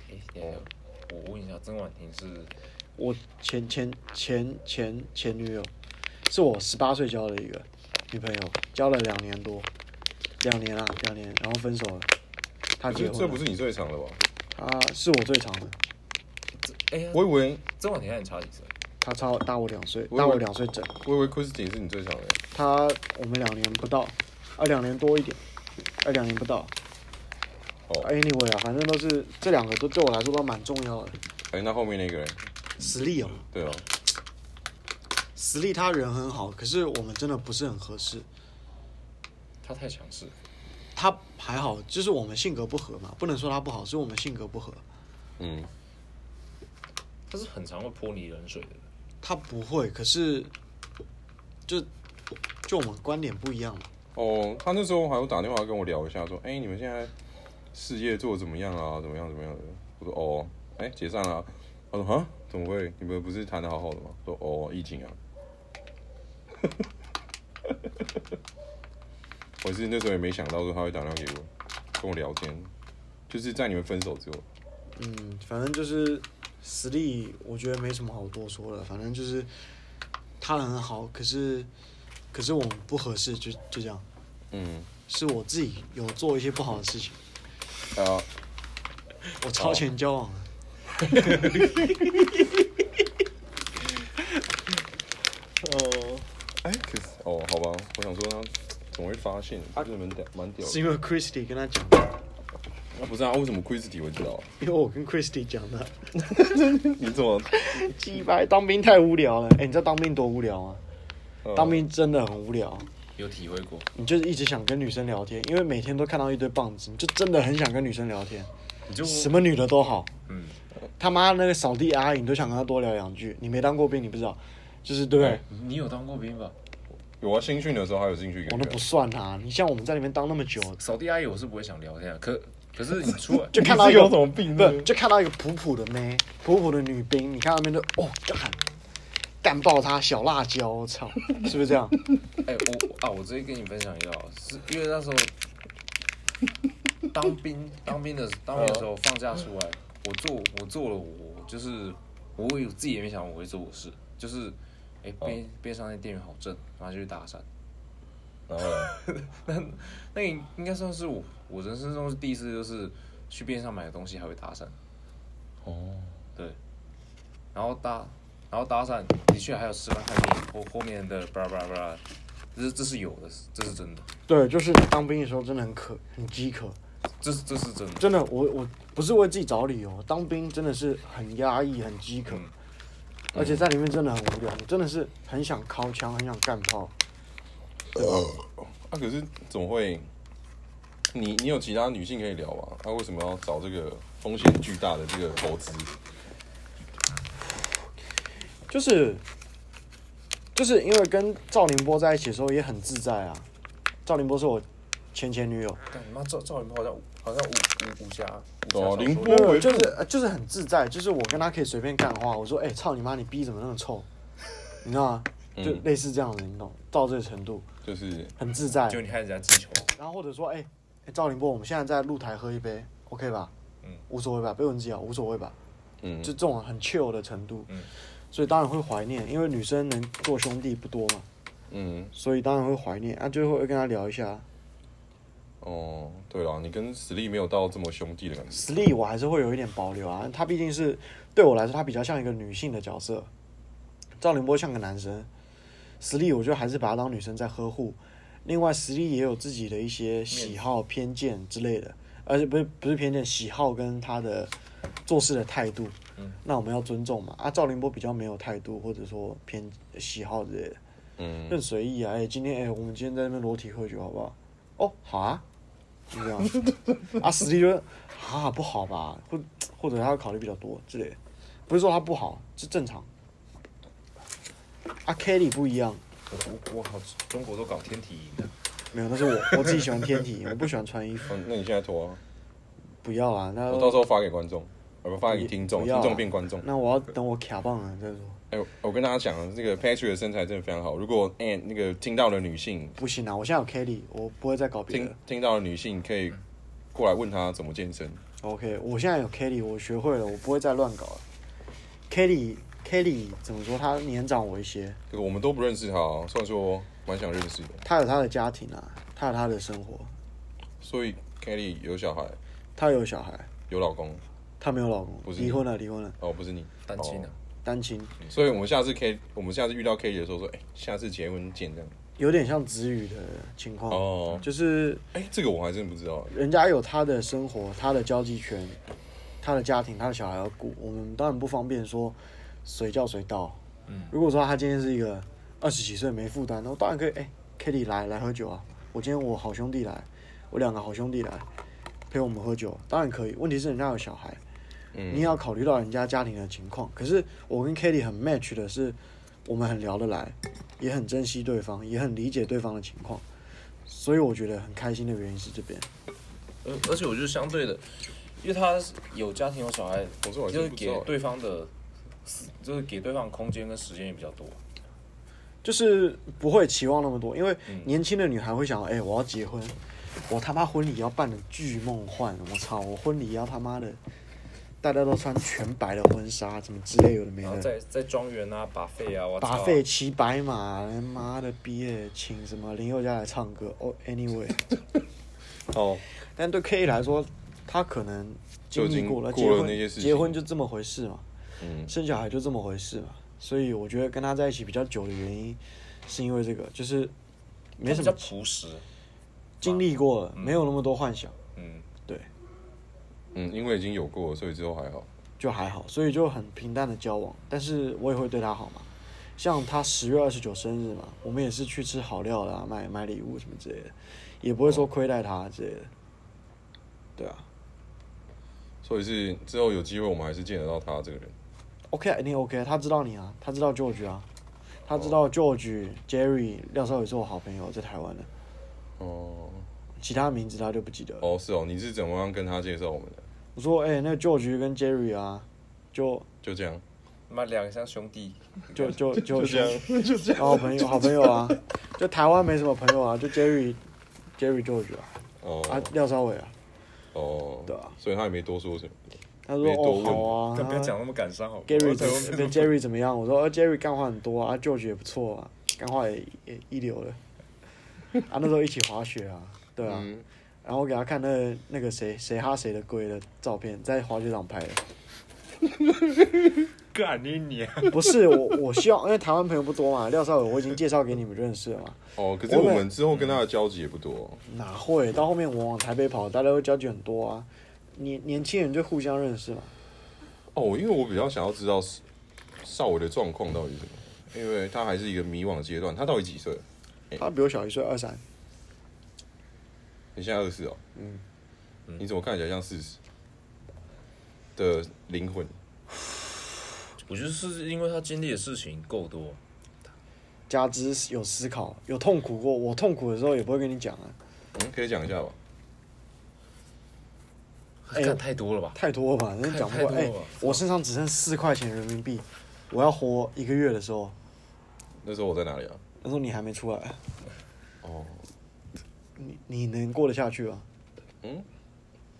Speaker 3: 诶等一下哦我问一下，曾婉婷是
Speaker 2: 我前前前前前女友，是我十八岁交的一个女朋友，交了两年多，两年啊，两年，然后分手了。她
Speaker 1: 可
Speaker 2: 结
Speaker 1: 是
Speaker 2: 婚了，
Speaker 1: 这不是你最长的吧？
Speaker 2: 她是我最长的，
Speaker 3: 哎呀，
Speaker 1: 我以为
Speaker 3: 曾婉婷和你差几岁？
Speaker 2: 她超大我两岁，
Speaker 1: 我以为
Speaker 2: 大我两岁整。
Speaker 1: 我以为 Christine 是你最长的，
Speaker 2: 她我们两年不到，啊两年多一点，啊两年不到。
Speaker 1: 哦
Speaker 2: Anyway 啊，反正都是这两个都对我来说都蛮重要的。
Speaker 1: 哎、那后面那个人，
Speaker 2: 实力哦，
Speaker 1: 对啊，
Speaker 2: 实力他人很好，可是我们真的不是很合适。
Speaker 3: 她太强势了，
Speaker 2: 他还好，就是我们性格不合嘛，不能说他不好，是我们性格不合。
Speaker 1: 嗯，
Speaker 3: 她是很常会泼你冷水的人。
Speaker 2: 他不会，可是就就我们观点不一样嘛。
Speaker 1: 哦，他那时候还有打电话跟我聊一下，说，哎、你们现在事业做得怎么样啊？怎么样怎么样的？我说，哦，哎、解散了啊、他说，哈，怎么会？你们不是谈的好好的吗？说，哦，疫情啊。我是那时候也没想到说他会打电话给我，跟我聊天，就是在你们分手之后，
Speaker 2: 嗯，反正就是实力，我觉得没什么好多说的。反正就是他很好，可是可是我们不合适，就就这样。
Speaker 1: 嗯，
Speaker 2: 是我自己有做一些不好的事情，
Speaker 1: 啊，
Speaker 2: 我超前交往了。哦，
Speaker 1: 哎、可是，哦，好吧，我想说他怎么会发现？他真的蛮屌，蛮屌的。
Speaker 2: 是因为 Christy 跟他讲，
Speaker 1: 啊，不是啊，为什么 Quiz 体会知道？
Speaker 2: 因为我跟 Christy 讲的。
Speaker 1: (laughs) 你怎么？
Speaker 2: (laughs) 鸡巴，当兵太无聊了。哎、你知道当兵多无聊吗？
Speaker 1: 呃
Speaker 2: 当兵真的很无聊，
Speaker 3: 有体会过，
Speaker 2: 你就是一直想跟女生聊天，因为每天都看到一堆棒子，你就真的很想跟女生聊天，
Speaker 3: 你就
Speaker 2: 什么女的都好。
Speaker 3: 嗯，
Speaker 2: 他妈那个扫地阿姨，你都想跟她多聊两句。你没当过兵，你不知道，就是对不对？
Speaker 3: 你有当过兵吧？
Speaker 1: 有啊，新训的时候还有进去一个
Speaker 2: 我
Speaker 1: 月
Speaker 2: 那不算啊。你像我们在那边当那么
Speaker 1: (laughs)
Speaker 2: 久，
Speaker 3: 扫地阿姨我是不会想聊天、啊，可可是你出来
Speaker 1: (laughs)
Speaker 2: 就看
Speaker 1: 你
Speaker 2: 到一
Speaker 1: 是
Speaker 2: 个
Speaker 1: 有什么嗯病
Speaker 2: 不
Speaker 1: 是不
Speaker 2: 是
Speaker 1: 是
Speaker 2: 就看到一个普普的妹，普普的女兵，你看到那边就哦干干爆她小辣椒，我操，是不是这
Speaker 1: (laughs)
Speaker 2: 样？
Speaker 3: 哎、我我啊，我直接跟你分享一个哦，是因为那时候当兵，当兵的当兵的时候放假出来，我做我做了我就是我有自己也没想过我会做我事，就是哎、边边上那店员好正，然后就去搭讪，
Speaker 1: 然后呢
Speaker 3: 那应应该算是我我人生中第一次就是去边上买个东西还会搭讪，
Speaker 1: 哦，
Speaker 3: 对，然后搭，然后搭讪，的确还有吃饭看电影，后后面的巴拉巴拉巴拉，这是这是有的，这是真的，
Speaker 2: 对，就是你当兵的时候真的很渴，很饥渴。
Speaker 3: 这是这是真的。
Speaker 2: 真的，我我不是为自己找理由，当兵真的是很压抑、很饥渴，
Speaker 3: 嗯
Speaker 2: 而且在里面真的很无聊，你真的是很想掏枪、很想干炮。
Speaker 1: 啊，可是怎么会？你你有其他女性可以聊吧？啊，为什么要找这个风险巨大的这个投资？
Speaker 2: 就是就是因为跟赵凌波在一起的时候也很自在啊，赵凌波是我前前女友，
Speaker 3: 干你妈赵赵云好像好像武武武侠，
Speaker 2: 哦
Speaker 1: 对啊
Speaker 3: 武侠小说
Speaker 1: 凌波
Speaker 2: 没有
Speaker 1: 我也
Speaker 2: 就是呃就是很自在，就是我跟她可以随便干话，我说哎、操你妈，你逼怎么那么臭， (laughs) 你知道吗？就
Speaker 1: 嗯
Speaker 2: 类似这样子，你懂，到这个程度
Speaker 1: 就是
Speaker 2: 很自在。
Speaker 3: 就你看人家击球，
Speaker 2: 然后或者说，哎、哎赵凌波，我们现在在露台喝一杯，OK 吧？
Speaker 3: 嗯
Speaker 2: 嗯，无所谓吧，被蚊子咬无所谓吧？
Speaker 1: 嗯
Speaker 2: 就这种很 chill 的程度，
Speaker 3: 嗯
Speaker 2: 所以当然会怀念，因为女生能做兄弟不多嘛，
Speaker 1: 嗯，
Speaker 2: 所以当然会怀念啊，就会跟他聊一下。
Speaker 1: 哦，对了，你跟实力没有到这么兄弟的感觉，
Speaker 2: 实力我还是会有一点保留啊，她毕竟是对我来说，她比较像一个女性的角色，赵凌波像个男生，实力我觉得还是把她当女生在呵护。另外，实力也有自己的一些喜好、偏见之类的，而且不是不是偏见，喜好跟她的做事的态度，
Speaker 3: 嗯
Speaker 2: 那我们要尊重嘛。啊，赵凌波比较没有态度，或者说偏喜好之类的，
Speaker 1: 嗯，
Speaker 2: 更随意啊。哎、今天哎、我们今天在那边裸体喝酒好不好？哦，好啊，就这样。啊，实力就是啊不好吧，或或者他要考虑比较多之类的，不是说他不好，是正常。啊，Kelly 不一样，
Speaker 3: 我我我好，中国都搞天体营的，
Speaker 2: 没有，那是我我自己喜欢天体，我不喜欢穿衣服，
Speaker 1: 嗯，那你现在脱啊，
Speaker 2: 不要啊，那
Speaker 1: 我到时候发给观众，我不发给听众，
Speaker 2: 不要啊
Speaker 1: 听众变观众。
Speaker 2: 那我要等我卡棒了再说，
Speaker 1: 哎、我跟大家讲，这个 Patrick 的身材真的非常好。如果哎、那个听到的女性
Speaker 2: 不行啊，我现在有 Kelly，我不会再搞别
Speaker 1: 听
Speaker 2: 的。
Speaker 1: 听到的女性可以过来问他怎么健身。
Speaker 2: OK，我现在有 Kelly，我学会了，我不会再乱搞了。Kelly Kelly 怎么说？他年长我一些，
Speaker 1: 这个我们都不认识他、啊，虽然说蛮想认识的。
Speaker 2: 他有他的家庭啊，他有他的生活，
Speaker 1: 所以 Kelly 有小孩，
Speaker 2: 他有小孩，
Speaker 1: 有老公
Speaker 2: 他没有老公
Speaker 1: 不，是
Speaker 2: 离婚了，离婚了，
Speaker 1: 哦，不是你
Speaker 3: 单亲的、
Speaker 1: 哦
Speaker 2: 单亲。
Speaker 1: 所以我们下次 K，我们下次遇到 Kelly 的时候说，哎、下次结婚见这样。
Speaker 2: 有点像子宇的情况，
Speaker 1: 哦
Speaker 2: 就是
Speaker 1: 哎、这个我还真不知道。
Speaker 2: 人家有他的生活、他的交际圈、他的家庭、他的小孩要顾，我们当然不方便说谁叫谁到。
Speaker 3: 嗯
Speaker 2: 如果说他今天是一个二十几岁没负担，那我当然可以，哎、k i t t y 来来喝酒啊，我今天我好兄弟来，我两个好兄弟来陪我们喝酒，当然可以。问题是人家有小孩，
Speaker 1: 嗯
Speaker 2: 你也要考虑到人家家庭的情况。可是我跟 Kitty 很 match 的是，我们很聊得来，也很珍惜对方，也很理解对方的情况，所以我觉得很开心的原因是这边。哦
Speaker 3: 而而且我觉得相对的，因为他有家庭有小孩，
Speaker 1: 我说我还
Speaker 3: 就是
Speaker 1: 真不知
Speaker 3: 给
Speaker 1: 道。
Speaker 3: 对方的，就是给对方空间跟时间也比较多。
Speaker 2: 就是不会期望那么多，因为
Speaker 3: 嗯
Speaker 2: 年轻的女孩会想，哎、我要结婚，我他妈婚礼要办的巨梦幻，我操，我婚礼要他妈的，大家都穿全白的婚纱，什么之类有的没
Speaker 3: 然后
Speaker 2: 的，
Speaker 3: 在在庄园啊，把费啊，我操
Speaker 2: 把费骑白马，妈的毕业请什么林宥嘉来唱歌，哦、a n y w a y
Speaker 1: (laughs) 哦，
Speaker 2: 但对 K 来说，他可能经历过了
Speaker 1: 就已经
Speaker 2: 结
Speaker 1: 过了
Speaker 2: 婚，
Speaker 1: 那些事情
Speaker 2: 结婚就这么回事嘛，
Speaker 1: 嗯，
Speaker 2: 生小孩就这么回事嘛，所以我觉得跟他在一起比较久的原因，是因为这个，就是没什么
Speaker 3: 他比较朴实，
Speaker 2: 经历过了，没有那么多幻想，
Speaker 3: 嗯，
Speaker 2: 对，
Speaker 1: 嗯，因为已经有过了，所以之后还好。
Speaker 2: 就还好，所以就很平淡的交往。但是我也会对他好嘛，像他十月二十九生日嘛，我们也是去吃好料的、啊，买买礼物什么之类的，也不会说亏待他之类的。对啊
Speaker 1: 所以是之后有机会，我们还是见得到他这个人。
Speaker 2: ，OK，啊一定 OK，他知道你啊，他知道 George 啊，他知道 George、Jerry、廖少宇是我好朋友，在台湾的，
Speaker 1: 哦，
Speaker 2: 其他名字他就不记得了。
Speaker 1: 哦，是哦，你是怎么样跟他介绍我们的？
Speaker 2: 我说，哎、那个 George 跟 Jerry 啊，就
Speaker 1: 就这样，
Speaker 3: 妈两个像兄弟，
Speaker 2: 就就
Speaker 1: (laughs)
Speaker 2: 就
Speaker 1: 就这样，就这样。
Speaker 2: 好朋友，好朋友啊，就台湾没什么朋友啊，就 Jerry、Jerry George 啊，啊
Speaker 1: 哦
Speaker 2: 廖少伟啊，
Speaker 1: 哦，
Speaker 2: 对啊，
Speaker 1: 所以他也没多说什么。
Speaker 2: 他说
Speaker 1: 没多
Speaker 2: 哦
Speaker 1: 问
Speaker 2: 好啊
Speaker 3: (laughs) 但不要
Speaker 2: 啊
Speaker 3: 讲那么感伤好不好
Speaker 2: ，Gary
Speaker 3: 在
Speaker 2: 怎
Speaker 3: 外面
Speaker 2: 么 Jerry 怎么样？我说呃 Jerry 干话很多啊啊，George 也不错啊，干话也也一流的，啊那时候一起滑雪啊，对啊，
Speaker 1: 嗯，
Speaker 2: 然后我给他看那个那个谁谁哈谁的龟的照片，在滑雪场拍的。
Speaker 3: 干你你啊，
Speaker 2: 不是我，我希望因为台湾朋友不多嘛，廖少伟我已经介绍给你们认识了嘛，
Speaker 1: 哦，可是
Speaker 2: 我
Speaker 1: 我
Speaker 2: 们
Speaker 1: 们之后跟他的交集也不多。
Speaker 2: 哪会？到后面我往台北跑，大家会交集很多啊。年年轻人就互相认识嘛。
Speaker 1: 哦，因为我比较想要知道少伟的状况到底是什么，因为他还是一个迷惘的阶段。他到底几岁？
Speaker 2: 他比我小一岁，二三。
Speaker 1: 你现在二十哦，嗯，你怎么看起来像四十的灵魂？
Speaker 3: 我觉得是因为他经历的事情够多，
Speaker 2: 加之有思考，有痛苦过。我痛苦的时候也不会跟你讲啊，
Speaker 1: 嗯，可以讲一下吧。
Speaker 2: 哎
Speaker 3: 干太多了吧？
Speaker 2: 太多了吧，真的讲不过
Speaker 3: 太
Speaker 2: 来。哎、
Speaker 3: 太多了吧
Speaker 2: 我身上只剩四块钱人民币，我要活一个月的时候，
Speaker 1: 那时候我在哪里啊？
Speaker 2: 那时候你还没出来，
Speaker 1: 哦，
Speaker 2: 你你能过得下去吗？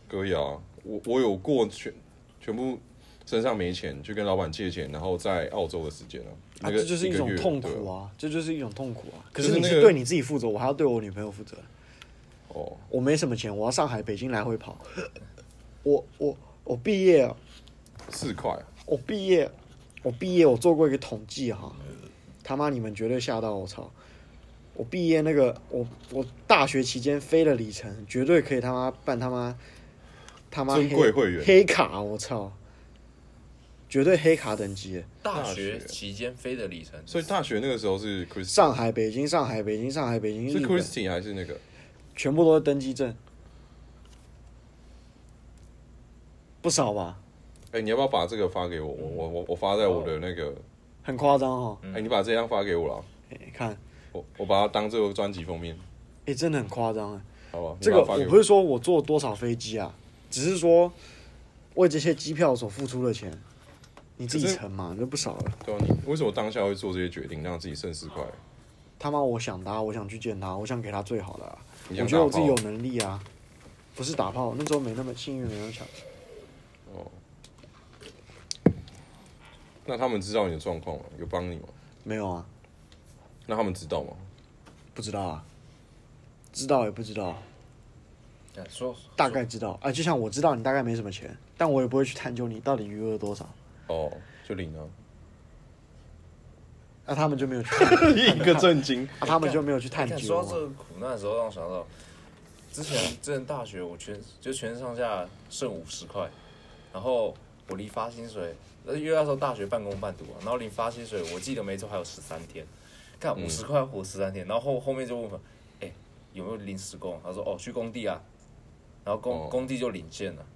Speaker 1: 可以啊，我我有过全全部身上没钱，去跟老板借钱，然后在澳洲的时间啊，
Speaker 2: 啊，
Speaker 1: 那个
Speaker 2: 这就是
Speaker 1: 一
Speaker 2: 一
Speaker 1: 个
Speaker 2: 种
Speaker 1: 月
Speaker 2: 痛
Speaker 1: 对
Speaker 2: 苦
Speaker 1: 啊。
Speaker 2: 啊，这就是一种痛苦啊。可
Speaker 1: 就是
Speaker 2: 是你
Speaker 1: 那
Speaker 2: 是
Speaker 1: 个
Speaker 2: 对你自己负责，我还要对我女朋友负责。
Speaker 1: 哦，
Speaker 2: 我没什么钱，我要上海、北京来回跑。我我我毕业了，
Speaker 1: 四块啊，
Speaker 2: 我毕业，我毕业，我做过一个统计哈，他妈你们绝对吓到我操！我毕业那个，我我大学期间飞的里程，绝对可以他妈办他妈他妈
Speaker 1: 尊
Speaker 2: 黑
Speaker 1: 贵会员
Speaker 2: 黑卡，我操，绝对黑卡等级。
Speaker 3: 大
Speaker 1: 学
Speaker 3: 学期间飞的里程，
Speaker 1: 所以大学那个时候是 Chris，
Speaker 2: 上海、北京、上海、北京、上海、北京，
Speaker 1: 是
Speaker 2: 日本
Speaker 1: Christy 还是那个？
Speaker 2: 全部都是登机证，不少吧？
Speaker 1: 哎、你要不要把这个发给我？我我我我发在我的那个，
Speaker 2: 很夸张哦！
Speaker 1: 哎、你把这张发给我了，
Speaker 2: 哎看，
Speaker 1: 我我把它当做专辑封面，
Speaker 2: 哎、真的很夸张哎。
Speaker 1: 好吧？
Speaker 2: 这
Speaker 1: 你
Speaker 2: 个
Speaker 1: 把它发
Speaker 2: 我
Speaker 1: 给
Speaker 2: 不是说我坐多少飞机啊，只是说为这些机票所付出的钱，你自己
Speaker 1: 可是
Speaker 2: 乘嘛，那不少了。
Speaker 1: 对啊，你为什么当下会做这些决定，让自己剩四块？
Speaker 2: 他妈，我想他，我想去见他，我想给他最好的、啊。
Speaker 1: 你
Speaker 2: 我
Speaker 1: 想
Speaker 2: 觉得我
Speaker 1: 打
Speaker 2: 自己
Speaker 1: 包
Speaker 2: 有？能力啊，不是打炮，那时候没那么幸运，没那么巧。
Speaker 1: 那他们知道你的状况吗？有帮你吗？
Speaker 2: 没有啊，
Speaker 1: 那他们知道吗？
Speaker 2: 不知道啊，知道也不知道，
Speaker 3: 哎说
Speaker 2: 大概知道。啊，就像我知道你大概没什么钱，但我也不会去探究你到底余额多少。
Speaker 1: 哦，就领了、
Speaker 2: 那、他们就没有去
Speaker 1: (laughs)
Speaker 2: 探，
Speaker 1: 一个震惊。
Speaker 2: 啊、他们就没有去探
Speaker 3: 哎
Speaker 2: 究
Speaker 3: 说到
Speaker 2: 嘛
Speaker 3: 这。个苦难的时候，让我想到之前之前大学，我全就全身上下剩五十块，然后我离发薪水，呃，因为那时候大学半工半读啊，然后离发薪水，我记得没错还有十三天，干五十块活十三天，然后后后面就问我，哎、有没有临时工？他说哦，去工地啊，然后工、
Speaker 1: 哦
Speaker 3: 工地就领现了，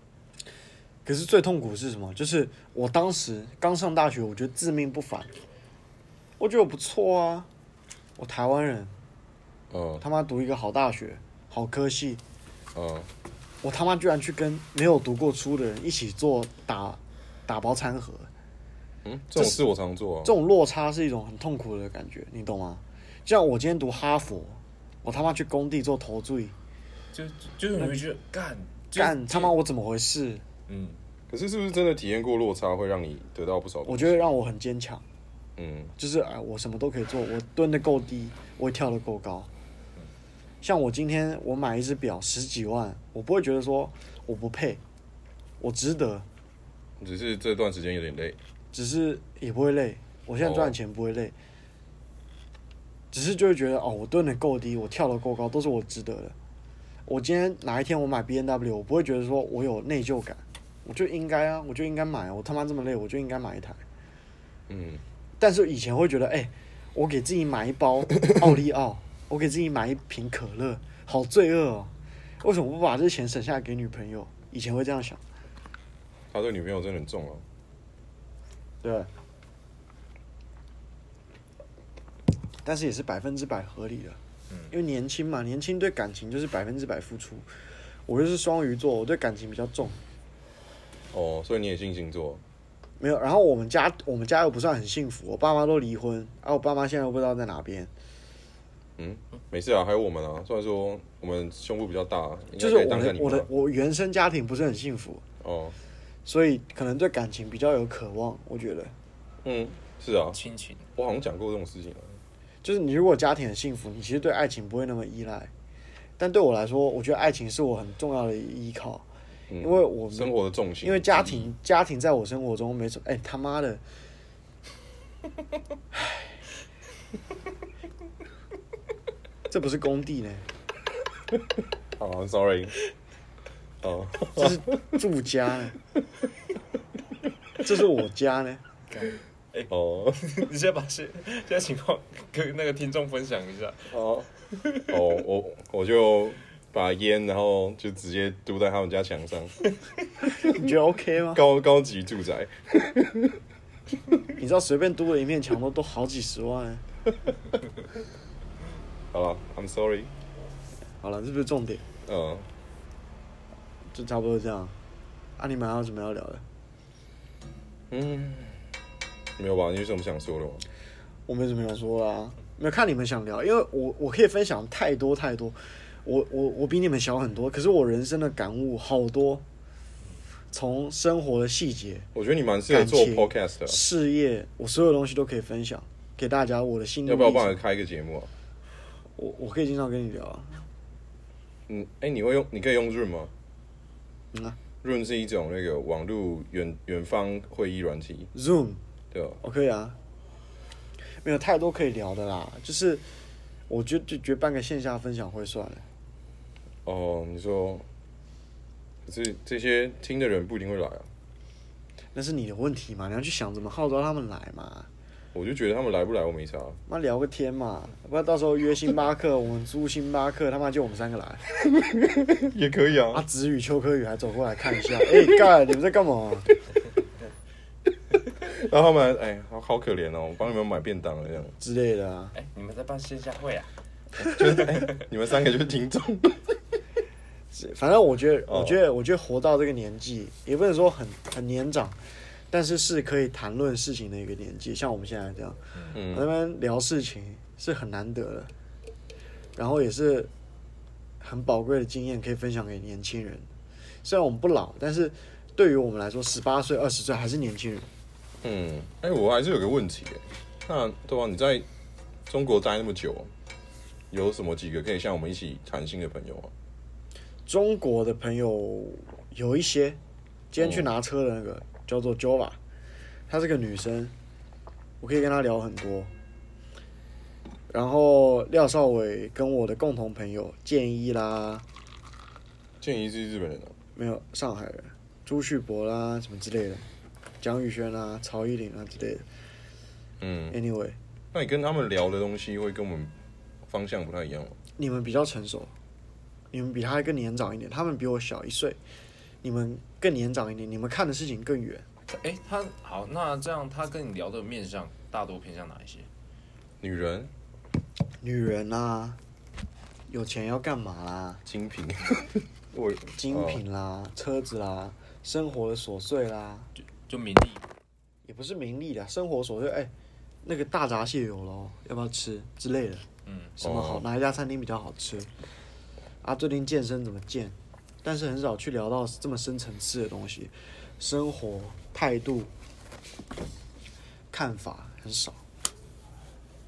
Speaker 2: 可是最痛苦是什么？就是我当时刚上大学，我觉得自命不凡，我觉得我不错啊，我台湾人，
Speaker 1: 嗯
Speaker 2: 他妈读一个好大学，好科系，
Speaker 1: 嗯，
Speaker 2: 我他妈居然去跟没有读过书的人一起做打打包餐盒，
Speaker 1: 嗯，这种事我常做啊。
Speaker 2: 这种落差是一种很痛苦的感觉，你懂吗？就像我今天读哈佛，我他妈去工地做头罪，
Speaker 3: 就就是你会觉得干就
Speaker 2: 干他妈我怎么回事？
Speaker 3: 嗯，
Speaker 1: 可是是不是真的体验过落差，会让你得到不少？
Speaker 2: 我觉得，让我很坚强，
Speaker 1: 嗯，
Speaker 2: 就是哎，我什么都可以做，我蹲的够低，我也跳得够高。像我今天我买一只表十几万，我不会觉得说我不配，我值得，
Speaker 1: 只是这段时间有点累。
Speaker 2: 只是也不会累。我现在
Speaker 1: 哦
Speaker 2: 赚钱不会累，只是就会觉得哦，我蹲的够低，我跳的够高，都是我值得的。我今天哪一天我买 B N W，我不会觉得说我有内疚感，我就应该啊，我就应该买啊，我他妈这么累，我就应该买一台。
Speaker 1: 嗯，
Speaker 2: 但是以前会觉得，哎、我给自己买一
Speaker 1: (laughs)
Speaker 2: 包奥利奥，我给自己买一瓶可乐，好罪恶哦！为什么不把这钱省下来给女朋友？以前会这样想，
Speaker 1: 他对女朋友真的很重啊。
Speaker 2: 对。但是也是百分之百合理的，
Speaker 1: 嗯
Speaker 2: 因为年轻嘛，年轻对感情就是百分之百付出。我又是双鱼座，我对感情比较重，
Speaker 1: 哦，所以你也信星座？
Speaker 2: 没有。然后我们家我们家又不算很幸福，我爸妈都离婚，啊，我爸妈现在又不知道在哪边。
Speaker 1: 嗯，没事啊，还有我们啊。虽然说我们胸部比较大，啊应该
Speaker 2: 就是
Speaker 1: 可以
Speaker 2: 我
Speaker 1: 当下
Speaker 2: 的
Speaker 1: 你
Speaker 2: 我
Speaker 1: 们
Speaker 2: 的
Speaker 1: 啊。
Speaker 2: 我原生家庭不是很幸福，
Speaker 1: 哦，
Speaker 2: 所以可能对感情比较有渴望。我觉得，
Speaker 1: 嗯，是啊，
Speaker 3: 亲情 (laughs)
Speaker 1: 我好像讲过这种事情啊。
Speaker 2: 就是你如果家庭很幸福，你其实对爱情不会那么依赖。但对我来说，我觉得爱情是我很重要的依靠，
Speaker 1: 嗯，
Speaker 2: 因为我们
Speaker 1: 生活的重心，
Speaker 2: 因为家庭家庭在我生活中没什么。哎、他妈的！唉 (laughs) 这不是工地呢，
Speaker 1: 啊，sorry，哦，
Speaker 2: 这是住家呢，这是我家呢。
Speaker 1: 哦，
Speaker 3: 你先把现现在情况跟那个听众分享一下。
Speaker 1: 哦，哦，我我就把烟，然后就直接丢在他们家墙上，
Speaker 2: 你觉得 OK 吗？
Speaker 1: 高高级住宅，
Speaker 2: 你知道随便多了一面墙都都好几十万、
Speaker 1: 好了，I'm sorry，
Speaker 2: 好了，这不是重点，
Speaker 1: 嗯，
Speaker 2: 就差不多这样。啊，你们还有什么要聊的？嗯
Speaker 1: 没有吧？你有什么想说的吗？
Speaker 2: 我没什么要说啦、没有看你们想聊，因为我我可以分享太多太多，我我我比你们小很多，可是我人生的感悟好多，从生活的细节、
Speaker 1: 我觉得你蛮适合做
Speaker 2: 感情
Speaker 1: podcast 的啊，
Speaker 2: 事业，我所有东西都可以分享给大家我的心路
Speaker 1: 要
Speaker 2: 历
Speaker 1: 不
Speaker 2: 程。
Speaker 1: 要帮我开一个节目啊？
Speaker 2: 我我可以经常跟你聊啊，
Speaker 1: 嗯，哎、你会用？你可以用 Zoom 吗
Speaker 2: 嗯啊
Speaker 1: ？Zoom 是一种那个网络远远方会议软体，
Speaker 2: ，Zoom
Speaker 1: 对吧？
Speaker 2: 我可以啊，没有太多可以聊的啦，就是我觉得就觉得办个线下分享会算了。
Speaker 1: 哦，你说，可是这些听的人不一定会来啊。
Speaker 2: 那是你的问题嘛，你要去想怎么号召他们来嘛。
Speaker 1: 我就觉得他们来不来我没差，
Speaker 2: 妈聊个天嘛，不然到时候约星巴克，我们租星巴克，他妈就我们三个来。
Speaker 1: 也可以
Speaker 2: 啊，
Speaker 1: 啊。
Speaker 2: 子宇、邱科宇还走过来看一下，哎、干，你们在干嘛？
Speaker 1: 然后他们哎，好好可怜哦，我帮你们买便当了这样。 (laughs)
Speaker 2: 之类的啊。
Speaker 3: 哎，你们在办线下会啊？
Speaker 1: 哎你们三个就是听众， (laughs)
Speaker 2: 是反正我觉得，
Speaker 1: 哦
Speaker 2: 我觉得，我觉得活到这个年纪，也不能说很很年长，但是是可以谈论事情的一个年纪。像我们现在这样，
Speaker 1: 嗯
Speaker 2: 那边聊事情是很难得的，然后也是很宝贵的经验，可以分享给年轻人。虽然我们不老，但是对于我们来说，十八岁、二十岁还是年轻人。
Speaker 1: 嗯，哎、我还是有个问题，哎那对吧？你在中国待那么久，有什么几个可以像我们一起谈心的朋友啊？
Speaker 2: 中国的朋友有一些，今天去拿车的那个、叫做 Jova，她是个女生，我可以跟她聊很多。然后廖少伟跟我的共同朋友建一啦，
Speaker 1: 建议是日本人啊，
Speaker 2: 没有上海人，朱旭博啦什么之类的，蒋宇轩啦、曹依林啊之类的。
Speaker 1: 嗯，
Speaker 2: Anyway，
Speaker 1: 那你跟他们聊的东西会跟我们方向不太一样吗？
Speaker 2: 你们比较成熟，你们比他还更年长一点，他们比我小一岁，你们更年长一点，你们看的事情更远。
Speaker 3: 哎，他好，那这样他跟你聊的面向大多偏向哪一些？
Speaker 1: 女人、
Speaker 2: 女人啊，有钱要干嘛啦？
Speaker 1: 精 (laughs) 品，我
Speaker 2: 精品啦，车子啦，生活的琐碎啦，
Speaker 3: 就名利
Speaker 2: 也不是名利啦，生活琐碎。哎、那个大闸蟹有喽，要不要吃之类的？
Speaker 3: 嗯，
Speaker 2: 什么好？
Speaker 1: 哦
Speaker 2: 哪一家餐厅比较好吃？啊，最近健身怎么健？但是很少去聊到这么深层次的东西，生活态度、看法很少。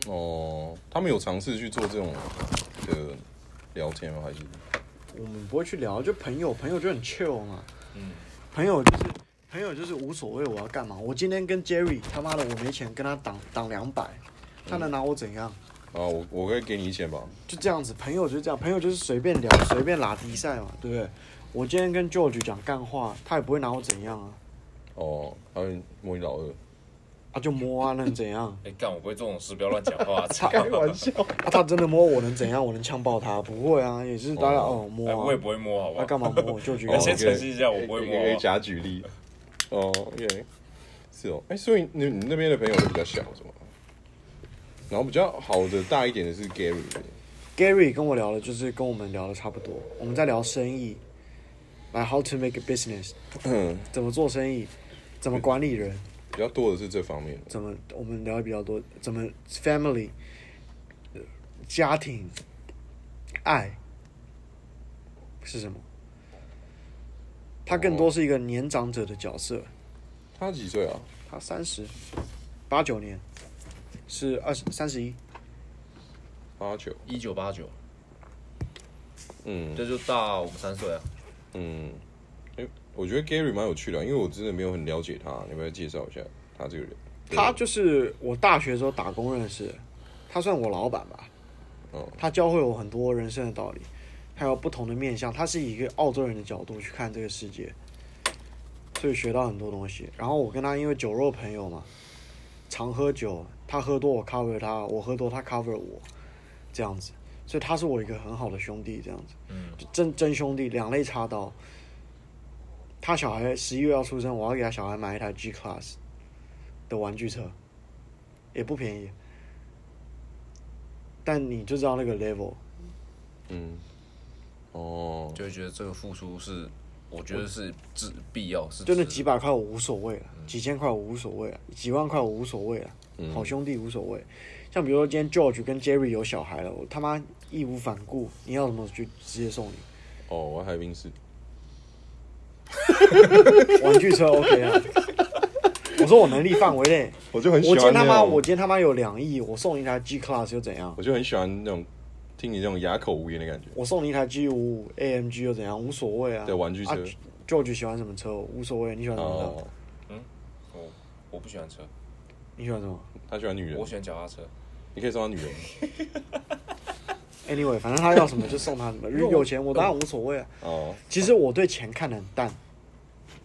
Speaker 1: 哦，他们有尝试去做这种的聊天吗？还是
Speaker 2: 我们不会去聊，就朋友，朋友就很 chill 嘛。
Speaker 3: 嗯，
Speaker 2: 朋友就是朋友就是无所谓我要干嘛。我今天跟 Jerry 他妈的我没钱跟他挡挡两百，他能拿我怎样？
Speaker 1: 啊，我我可以给你一千吧。
Speaker 2: 就这样子，朋友就是这样，朋友就是随便聊，随便拉低赛嘛，对不对？我今天跟 George 讲干话，他也不会拿我怎样啊，
Speaker 1: 哦，还有摸你老二，
Speaker 2: 啊就摸啊，能怎样？
Speaker 3: 哎，干我不会做这种事，不要乱讲
Speaker 2: (laughs)
Speaker 3: 话。操！
Speaker 1: 玩笑。
Speaker 2: 啊他真的摸我能怎样？我能呛爆他？不会啊，也是大家
Speaker 1: 哦
Speaker 2: 哦摸
Speaker 3: 哎，我也
Speaker 2: 啊，
Speaker 3: 不会摸，好不
Speaker 2: 他
Speaker 3: 好？
Speaker 2: 干嘛摸我 George？
Speaker 3: 我
Speaker 2: 干嘛
Speaker 3: 先
Speaker 2: 摸
Speaker 3: 澄清一下，我不会啊
Speaker 1: 可
Speaker 3: 摸。
Speaker 1: 以
Speaker 3: 好不好
Speaker 1: 假举例。哦，OK，是哦，哎、所以你你那边的朋友都比较小，是吗？然后比较好的大一点的是 Gary，
Speaker 2: Gary 跟我聊的就是跟我们聊的差不多，我们在聊生意，来 how to make a business，怎么做生意，怎么管理人，
Speaker 1: 比较多的是这方面的。
Speaker 2: 怎么我们聊的比较多，怎么 family，呃家庭，爱是什么？他更多是一个年长者的角色，
Speaker 1: 他几岁啊？
Speaker 2: 他三十八九年，是二十三十一，
Speaker 1: 八九。
Speaker 3: 一九八九，
Speaker 1: 嗯
Speaker 3: 这就大我们三岁啊。
Speaker 1: 嗯，哎、我觉得 Gary 蛮有趣的，因为我真的没有很了解他，你要不要介绍一下他这个人？
Speaker 2: 他就是我大学时候打工认识的，他算我老板吧。
Speaker 1: 哦
Speaker 2: 他教会我很多人生的道理，还有不同的面向。他是以一个澳洲人的角度去看这个世界，所以学到很多东西。然后我跟他因为酒肉朋友嘛，常喝酒，他喝多我 cover 他，我喝多他 cover 我，这样子。所以他是我一个很好的兄弟，这样子，
Speaker 3: 嗯
Speaker 2: 就真真兄弟，两肋插刀。他小孩十一月要出生，我要给他小孩买一台 G Class 的玩具车，也不便宜。但你就知道那个 level，
Speaker 1: 嗯，哦，
Speaker 3: 就会觉得这个付出是，我觉得是自必要，是
Speaker 2: 就那
Speaker 3: 值
Speaker 2: 几百块我无所谓了，几千块我无所谓了，几万块我无所谓了，好兄弟无所谓。像比如说今天 George 跟 Jerry 有小孩了，我他妈义无反顾，你要什么我就直接送你。
Speaker 1: 哦，我还冰室。
Speaker 2: 玩具车 OK 啊。 (laughs) 我说我能力范围内，
Speaker 1: 我就很喜
Speaker 2: 我
Speaker 1: 欢
Speaker 2: 今天他
Speaker 1: 那
Speaker 2: 妈
Speaker 1: 种
Speaker 2: 我今天他妈有两亿，我送你一台 G Class 又怎样？
Speaker 1: 我就很喜欢那种听你这种哑口无言的感觉。
Speaker 2: 我送你一台 G 五 AMG 又怎样？无所谓啊。
Speaker 1: 对玩具车
Speaker 2: 啊 George 喜欢什么车无所谓，你喜欢什么车？
Speaker 1: 哦，
Speaker 3: 我我不喜欢车，
Speaker 2: 你喜欢什么
Speaker 1: 他喜欢女人
Speaker 3: 我，喜欢脚踏车。
Speaker 1: 你可以送他女
Speaker 2: (laughs)
Speaker 1: 人。
Speaker 2: ？Anyway，反正他要什么就送他
Speaker 1: (laughs)
Speaker 2: 什么。如果有钱我当然无所谓啊。
Speaker 1: 哦，
Speaker 2: 其实我对钱看得很淡，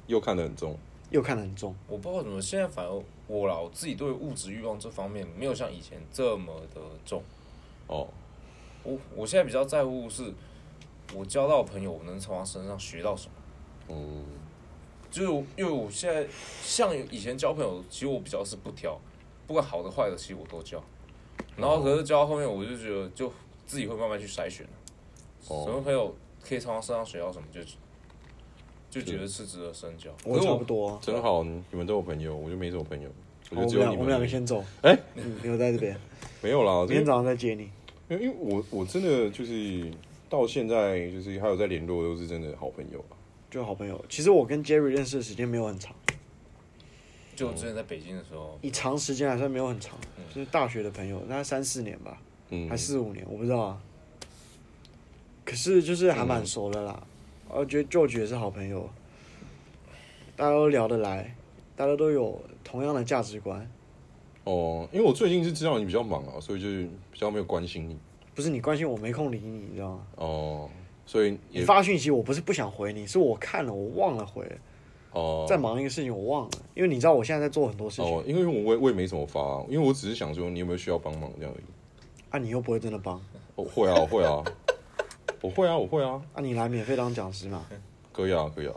Speaker 1: 又看得很重，
Speaker 2: 又看得很重。
Speaker 3: 我不知道怎么现在反而我啦，我自己对物质欲望这方面没有像以前这么的重。
Speaker 1: 哦，
Speaker 3: 我我现在比较在乎是，我交到朋友，我能从他身上学到什么。
Speaker 1: 嗯，
Speaker 3: 就是我因为我现在像以前交朋友，其实我比较是不挑，不管好的坏的，其实我都交。然后可是交到后面，我就觉得就自己会慢慢去筛选，
Speaker 1: 哦
Speaker 3: 什么朋友可以从他身上学到什么，就就觉得是值得深交。
Speaker 2: 我
Speaker 3: 可是
Speaker 2: 差不多啊。
Speaker 1: 真好，你们都有朋友，我就没什么朋友，我
Speaker 2: 好
Speaker 1: 就
Speaker 2: 我
Speaker 1: 只有
Speaker 2: 们俩
Speaker 1: 你
Speaker 2: 哦我们两
Speaker 1: 而
Speaker 2: 个
Speaker 1: 已
Speaker 2: 先走。
Speaker 1: 哎
Speaker 2: 嗯，留在这边，
Speaker 1: 没有啦，
Speaker 2: 明天
Speaker 1: 这
Speaker 2: 早上再接你。
Speaker 1: 因为因为我我真的就是到现在就是还有在联络，都是真的好朋友啊。
Speaker 2: 就好朋友。其实我跟 Jerry 认识的时间没有很长，
Speaker 3: 就我之前在北京的时候，
Speaker 2: 以长时间来算没有很长，就是大学的朋友，大概三四年吧，
Speaker 1: 嗯，
Speaker 2: 还四五年，我不知道啊。可是就是还蛮熟的啦，我觉得 George 也是好朋友，大家都聊得来，大家都有同样的价值观。
Speaker 1: 哦，因为我最近是知道你比较忙啊，所以就是比较没有关心你
Speaker 2: 不是你关心我没空理你，你知道吗？
Speaker 1: 哦，所以
Speaker 2: 你
Speaker 1: 也
Speaker 2: 发讯息我不是不想回你，是我看了我忘了回，
Speaker 1: 哦
Speaker 2: 在忙一个事情我忘了，因为你知道我现在在做很多事情，
Speaker 1: 哦，因为我也我也没怎么发、啊，因为我只是想说你有没有需要帮忙这样而已。
Speaker 2: 啊你又不会真的帮，
Speaker 1: 我、会啊，我会啊， (laughs) 我会啊，我会啊，
Speaker 2: 啊你来免费当讲师嘛，
Speaker 1: 可以啊，可以啊，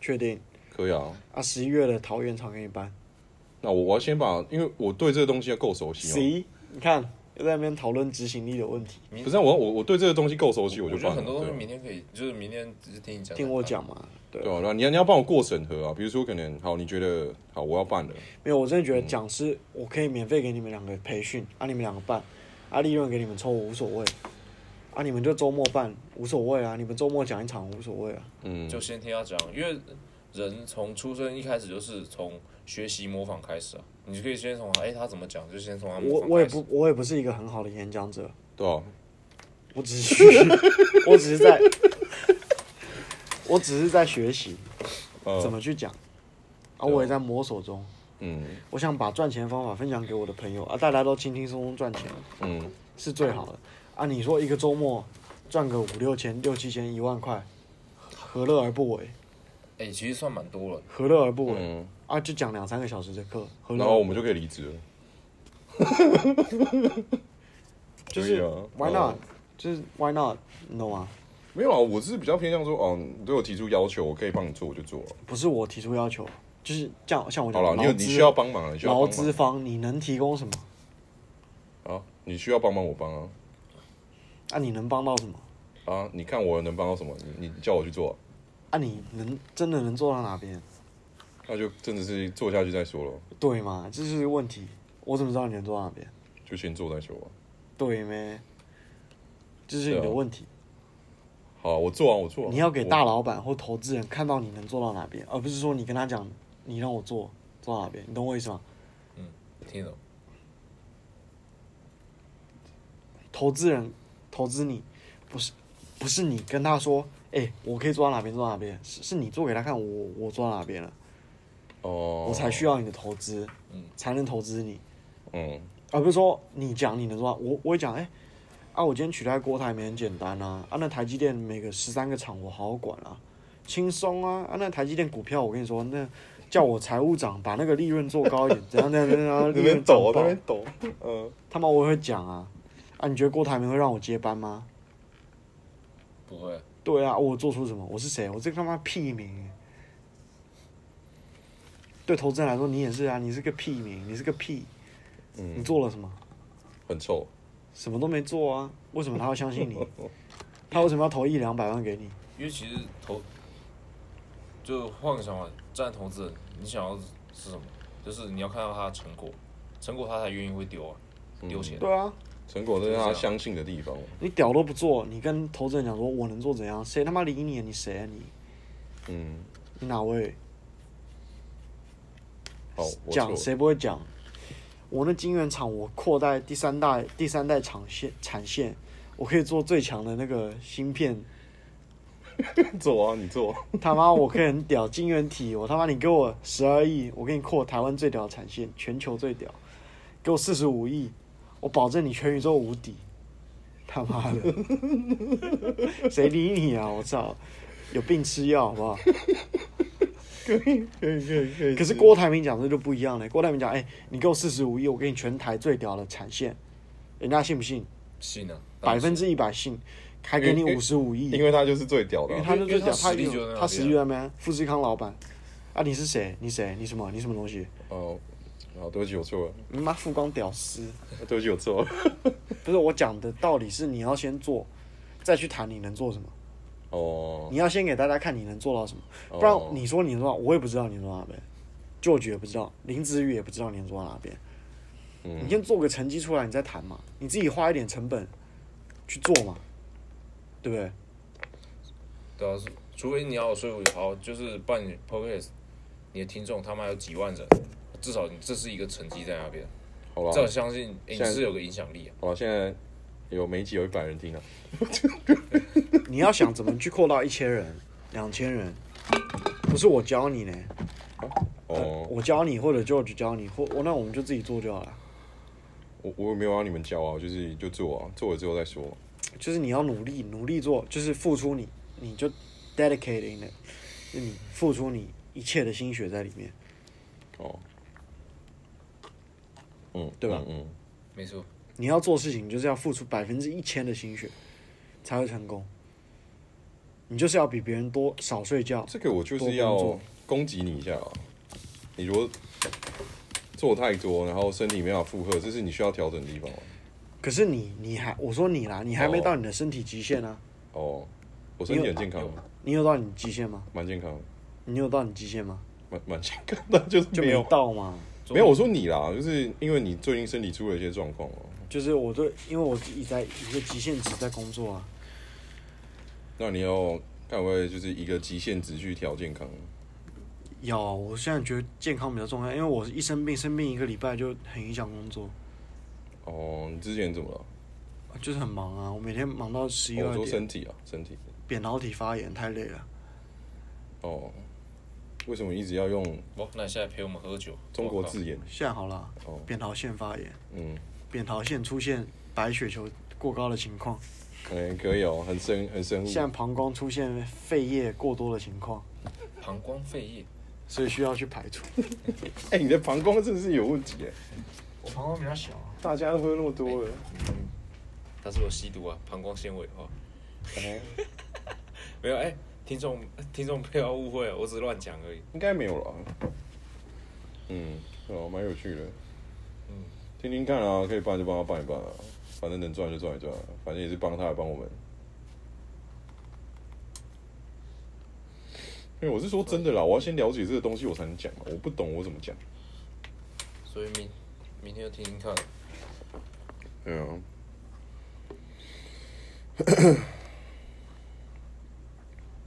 Speaker 2: 确定？
Speaker 1: 可以啊。
Speaker 2: 啊，十一月的桃园场给你搬。
Speaker 1: 那我我要先把，因为我对这个东西要够熟悉哦嘛。
Speaker 2: 谁？你看又在那边讨论执行力的问题，
Speaker 1: 不是啊、我我我对这个东西够熟悉，
Speaker 3: 我
Speaker 1: 就
Speaker 3: 觉得
Speaker 1: 办
Speaker 3: 很
Speaker 1: 了。
Speaker 3: 多东西
Speaker 1: 对
Speaker 3: 明
Speaker 1: 啊
Speaker 3: 天可以，就是明天只是听你讲，
Speaker 2: 听我，讲嘛。对，
Speaker 1: 对啊，那你要你要帮我过审核啊，比如说可能好，你觉得好，我要办了，
Speaker 2: 没有，我真的觉
Speaker 3: 嗯
Speaker 2: 得讲师我可以免费给你们两个培训，啊，你们两个办，啊，利润给你们抽无所谓，啊，你们就周末办无所谓啊，你们周末讲一场无所谓啊。
Speaker 1: 嗯，
Speaker 3: 就先听他讲，因为人从出生一开始就是从学习模仿开始啊，你可以先从他哎他怎么讲，就先从他模
Speaker 2: 我
Speaker 3: 仿
Speaker 2: 我也
Speaker 3: 开始
Speaker 2: 不。我也不是一个很好的演讲者，
Speaker 1: 对啊，
Speaker 2: 我只是 (laughs) 我只是在我只是在学习
Speaker 1: 呃
Speaker 2: 怎么去讲，啊，
Speaker 1: 对啊
Speaker 2: 我也在摸索中。
Speaker 1: 嗯
Speaker 2: 我想把赚钱的方法分享给我的朋友啊，大家都轻轻松松赚钱
Speaker 1: 嗯，
Speaker 2: 是最好的啊。你说一个周末赚个五六千、六七千、一万块，何乐而不为？
Speaker 3: 哎、其实算蛮多了。
Speaker 2: 何乐而不为、
Speaker 1: 嗯
Speaker 2: 啊？就讲两三个小时的课，何乐
Speaker 1: 然
Speaker 2: 而不
Speaker 1: 后
Speaker 2: 为
Speaker 1: 我们就可以离职
Speaker 2: (laughs)
Speaker 1: 了。可
Speaker 2: 就是
Speaker 1: 以啊
Speaker 2: why
Speaker 1: 嗯
Speaker 2: not？、就是 why not？你懂吗？
Speaker 1: 没有啊，我是比较偏向说，哦，你对我提出要求，我可以帮你做，我就做了。
Speaker 2: 不是我提出要求，就是这样。像我
Speaker 1: 好了，
Speaker 2: 讲，
Speaker 1: 你有
Speaker 2: 劳
Speaker 1: 你
Speaker 2: 资
Speaker 1: 需要帮忙，你需要帮
Speaker 2: 劳
Speaker 1: 忙
Speaker 2: 资方你能提供什么
Speaker 1: 啊，你需要帮忙我帮啊
Speaker 2: 啊？你能帮到什么
Speaker 1: 啊！你看我能帮到什么？你你叫我去做、
Speaker 2: 啊？你能真的能做到哪边？
Speaker 1: 那就真的是做下去再说了，
Speaker 2: 对吗？这就是问题。我怎么知道你能做到哪边？
Speaker 1: 就先做再说啊吧。
Speaker 2: 对咩？这是你的
Speaker 1: 对啊
Speaker 2: 问题。
Speaker 1: 好啊，我做完我做完。
Speaker 2: 你要给
Speaker 1: 我
Speaker 2: 大老板或投资人看到你能做到哪边，而不是说你跟他讲你让我做做到哪边，你懂我意思吗？
Speaker 3: 听得懂？
Speaker 2: 投资人投资你，不是不是你跟他说，哎、我可以做到哪边做到哪边，是是你做给他看我我做到哪边了，
Speaker 1: 哦，
Speaker 2: 我才需要你的投资，
Speaker 3: 嗯
Speaker 2: 才能投资你，
Speaker 1: 嗯
Speaker 2: 而不是哦说你讲你能做到，我我会讲，哎、啊，我今天取代郭台铭很简单啊，啊，那台积电每个十三个厂我好好管啊，轻松啊，啊，那台积电股票我跟你说，那叫我财务长把那个利润做高一点，怎样怎样怎样，
Speaker 1: (laughs) 啊
Speaker 2: 利润涨爆，
Speaker 1: 抖，嗯，
Speaker 2: 他妈我也会讲啊，啊，你觉得郭台铭会让我接班吗？
Speaker 3: 不会。
Speaker 2: 对啊，我做出什么？我是谁？我这个他妈屁民欸、对投资人来说，你也是啊，你是个屁民，你是个屁，你做了什么？
Speaker 1: 很臭，
Speaker 2: 什么都没做啊，为什么他要相
Speaker 1: (laughs)
Speaker 2: 信你？他为什么要投一两百万给你？
Speaker 3: 因为其实投，就换个想法，啊站投资人，你想要是什么？就是你要看到他的成果，成果他才愿意会丢啊，丢钱。
Speaker 2: 对啊，
Speaker 1: 成果这是他相信的地方。
Speaker 2: 你屌都不做，你跟投资人讲说我能做怎样？谁他妈理你啊？你谁啊你？
Speaker 1: 嗯，
Speaker 2: 你哪位？
Speaker 1: 好，我错
Speaker 2: 讲
Speaker 1: 了。
Speaker 2: 谁不会讲？我那晶圆厂，我扩大第三代第三代厂线产线，我可以做最强的那个芯片。
Speaker 1: 做啊，你做。
Speaker 2: 他妈，我可以很屌，晶圆体，我他妈你给我十二亿，我给你扩台湾最屌的产线，全球最屌，给我四十五亿，我保证你全宇宙无敌。他妈的，谁理你啊！我操，有病吃药好不好？
Speaker 1: 可以可以可以
Speaker 2: 可是郭台铭讲这就不一样了。郭台铭讲，哎、你给我四十五亿，我给你全台最屌的产线，人家信不信？
Speaker 3: 信啊，
Speaker 2: 百分之一百信，还给你
Speaker 1: 因为
Speaker 2: 五十五亿，
Speaker 1: 因为他就是最屌的啊、
Speaker 2: 因为他就
Speaker 3: 因为
Speaker 2: 是
Speaker 3: 他
Speaker 2: 讲
Speaker 3: 实力
Speaker 2: 一定
Speaker 3: 就在那
Speaker 2: 他
Speaker 3: 边
Speaker 2: 实
Speaker 3: 啊
Speaker 2: 力在那边，富士康老板啊，你是谁？你谁？你什么？你什么东西？
Speaker 1: 哦，好，对不起，我错了，
Speaker 2: 你妈富光屌丝！
Speaker 1: 对不起，我错
Speaker 2: (laughs)
Speaker 1: 了。
Speaker 2: 不是我讲的道理是你要先做，再去谈你能做什么。
Speaker 1: 哦
Speaker 2: 你要先给大家看你能做到什么，
Speaker 1: 哦
Speaker 2: 不然你说你能做到，我也不知道你能做到哪边，旧局也不知道，林子宇也不知道你能做到哪边。
Speaker 1: 嗯
Speaker 2: 你先做个成绩出来，你再谈嘛，你自己花一点成本去做嘛，对不对？
Speaker 3: 对啊，是除非你要有说服力，好，就是办你 podcast，你的听众他妈有几万人，至少你这是一个成绩在那边，
Speaker 1: 好了
Speaker 3: 至，少相信、哎，
Speaker 1: 现
Speaker 3: 你
Speaker 1: 在
Speaker 3: 是有个影响力啊。
Speaker 1: 好了，现在有每一集有一百人听啊了、
Speaker 2: 你要想怎么去扩到一千人、两千人，不是我教你呢，
Speaker 1: 哦，
Speaker 2: 我教你或者 George 教你，或我那我们就自己做就好了。
Speaker 1: 我我也没有让你们教啊，我就是就做啊，做了之后再说。
Speaker 2: 就是你要努力，努力做，就是付出你，你就 dedicate in it，就你付出你一切的心血在里面。
Speaker 1: 哦，嗯，
Speaker 2: 对吧
Speaker 1: 嗯，
Speaker 3: 没错，
Speaker 2: 你要做事情，就是要付出百分之一千的心血，才会成功。你就是要比别人多少睡觉，
Speaker 1: 这个我就
Speaker 2: 多
Speaker 1: 是
Speaker 2: 工
Speaker 1: 要
Speaker 2: 作
Speaker 1: 攻击你一下啊！你如果做太多，然后身体没办法负荷，这是你需要调整的地方啊
Speaker 2: 可是你你还我说你啦，你还没到你的身体极限啊，
Speaker 1: 哦，我身体很健康啊
Speaker 3: 你
Speaker 2: 你
Speaker 3: 有，
Speaker 2: 有到你极限吗？
Speaker 1: 蛮健康，
Speaker 2: 你有到你极限吗？
Speaker 1: 蛮蛮健康的，就是
Speaker 2: 就
Speaker 1: 没有
Speaker 2: 到嘛。
Speaker 1: 没有，我说你啦，就是因为你最近身体出了一些状况哦。
Speaker 2: 就是我对，因为我自己在一个极限值在工作啊，
Speaker 1: 那你要看会就是一个极限值去调健康，
Speaker 2: 有啊，我现在觉得健康比较重要，因为我一生病，生病一个礼拜就很影响工作，
Speaker 1: 哦，你之前怎么了？
Speaker 2: 就是很忙啊，我每天忙到十一
Speaker 1: 哦我
Speaker 2: 二
Speaker 1: 说
Speaker 2: 点，
Speaker 1: 身体啊，身体。
Speaker 2: 扁桃体发炎太累了。
Speaker 1: 哦，为什么一直要用
Speaker 3: 哇，哦那你现在陪我们喝酒，哦
Speaker 1: 中国
Speaker 3: 哇靠
Speaker 1: 字眼？
Speaker 2: 现在好了，
Speaker 1: 哦
Speaker 2: 扁桃腺发炎，
Speaker 1: 嗯，
Speaker 2: 扁桃腺出现白血球过高的情况，
Speaker 1: 可能可以哦，很深很深入。
Speaker 2: 现在膀胱出现肺液过多的情况，
Speaker 3: 膀胱肺叶，
Speaker 2: 所以需要去排除。
Speaker 1: 哎、你的膀胱真的是有问题哎，
Speaker 2: (laughs) 我膀胱比较小、啊
Speaker 1: 大家都喝那么多了。
Speaker 3: 他是有吸毒啊，膀胱纤维哦。
Speaker 1: 哦，
Speaker 3: 没有哎、听众听众不要误会，啊我只是乱讲而已。
Speaker 1: 应该没有了。啊嗯，哦，蛮有趣的。嗯，听听看啊，可以办就帮他办一办啊，反正能赚就赚一赚啊，反正也是帮他，也帮我们。因为我是说真的啦，我要先了解这个东西，我才能讲嘛。我不懂，我怎么讲？
Speaker 3: 所以明明天就听听看，
Speaker 1: 对啊。 (coughs)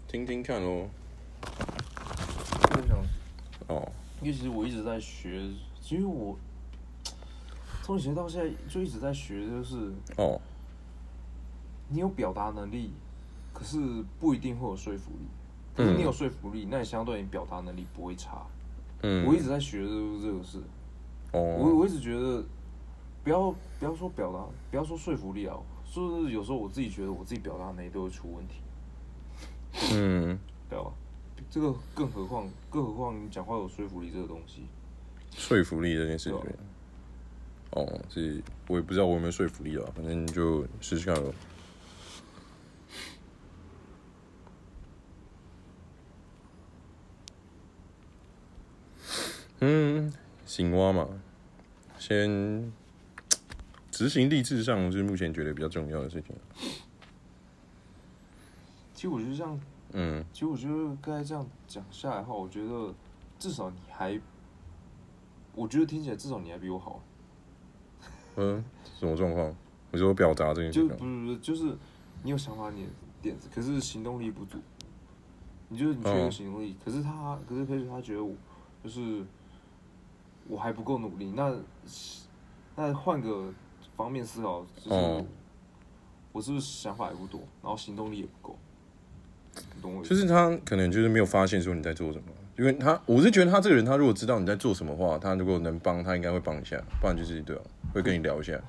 Speaker 1: 听听看哦。
Speaker 3: 我想
Speaker 1: 哦，
Speaker 3: 因为其实我一直在学，其实我从以前到现在就一直在学，就是
Speaker 1: 哦，
Speaker 3: 你有表达能力，可是不一定会有说服力。可是你有说服力，那你相对你表达能力不会差。
Speaker 1: 嗯
Speaker 3: 我一直在学的就是这个事，
Speaker 1: 哦，
Speaker 3: 我我一直觉得，不要不要说表达，不要说说服力啊，就是有时候我自己觉得我自己表达能力都会出问题，
Speaker 1: 嗯，
Speaker 3: 对吧？这个更何况更何况你讲话有说服力这个东西，
Speaker 1: 说服力这件事情
Speaker 3: 对啊。
Speaker 1: 哦，是，我也不知道我有没有说服力啊，反正就试试看咯。嗯，行蛙嘛，先执行力至上是目前觉得比较重要的事情。
Speaker 4: 其实我觉得这样，
Speaker 1: 嗯，
Speaker 4: 其实我觉得刚才这样讲下来的话，我觉得至少你还，我觉得听起来至少你还比我好。
Speaker 1: 嗯，什么状况？我说表达这件事
Speaker 4: 就
Speaker 1: 情
Speaker 4: 不是不是，就是你有想法，你的点子，可是行动力不足。你就是你缺一
Speaker 1: 嗯
Speaker 4: 个行动力。可是他，可是可是他觉得我就是我还不够努力。那那换个方面思考，就是、
Speaker 1: 嗯
Speaker 4: 我是不是想法也不多，然后行动力也不够？你懂我意思
Speaker 1: 就？是他可能就是没有发现说你在做什么，因为他我是觉得他这个人，他如果知道你在做什么的话，他如果能帮，他应该会帮一下，不然就是对啊，会跟你聊一下。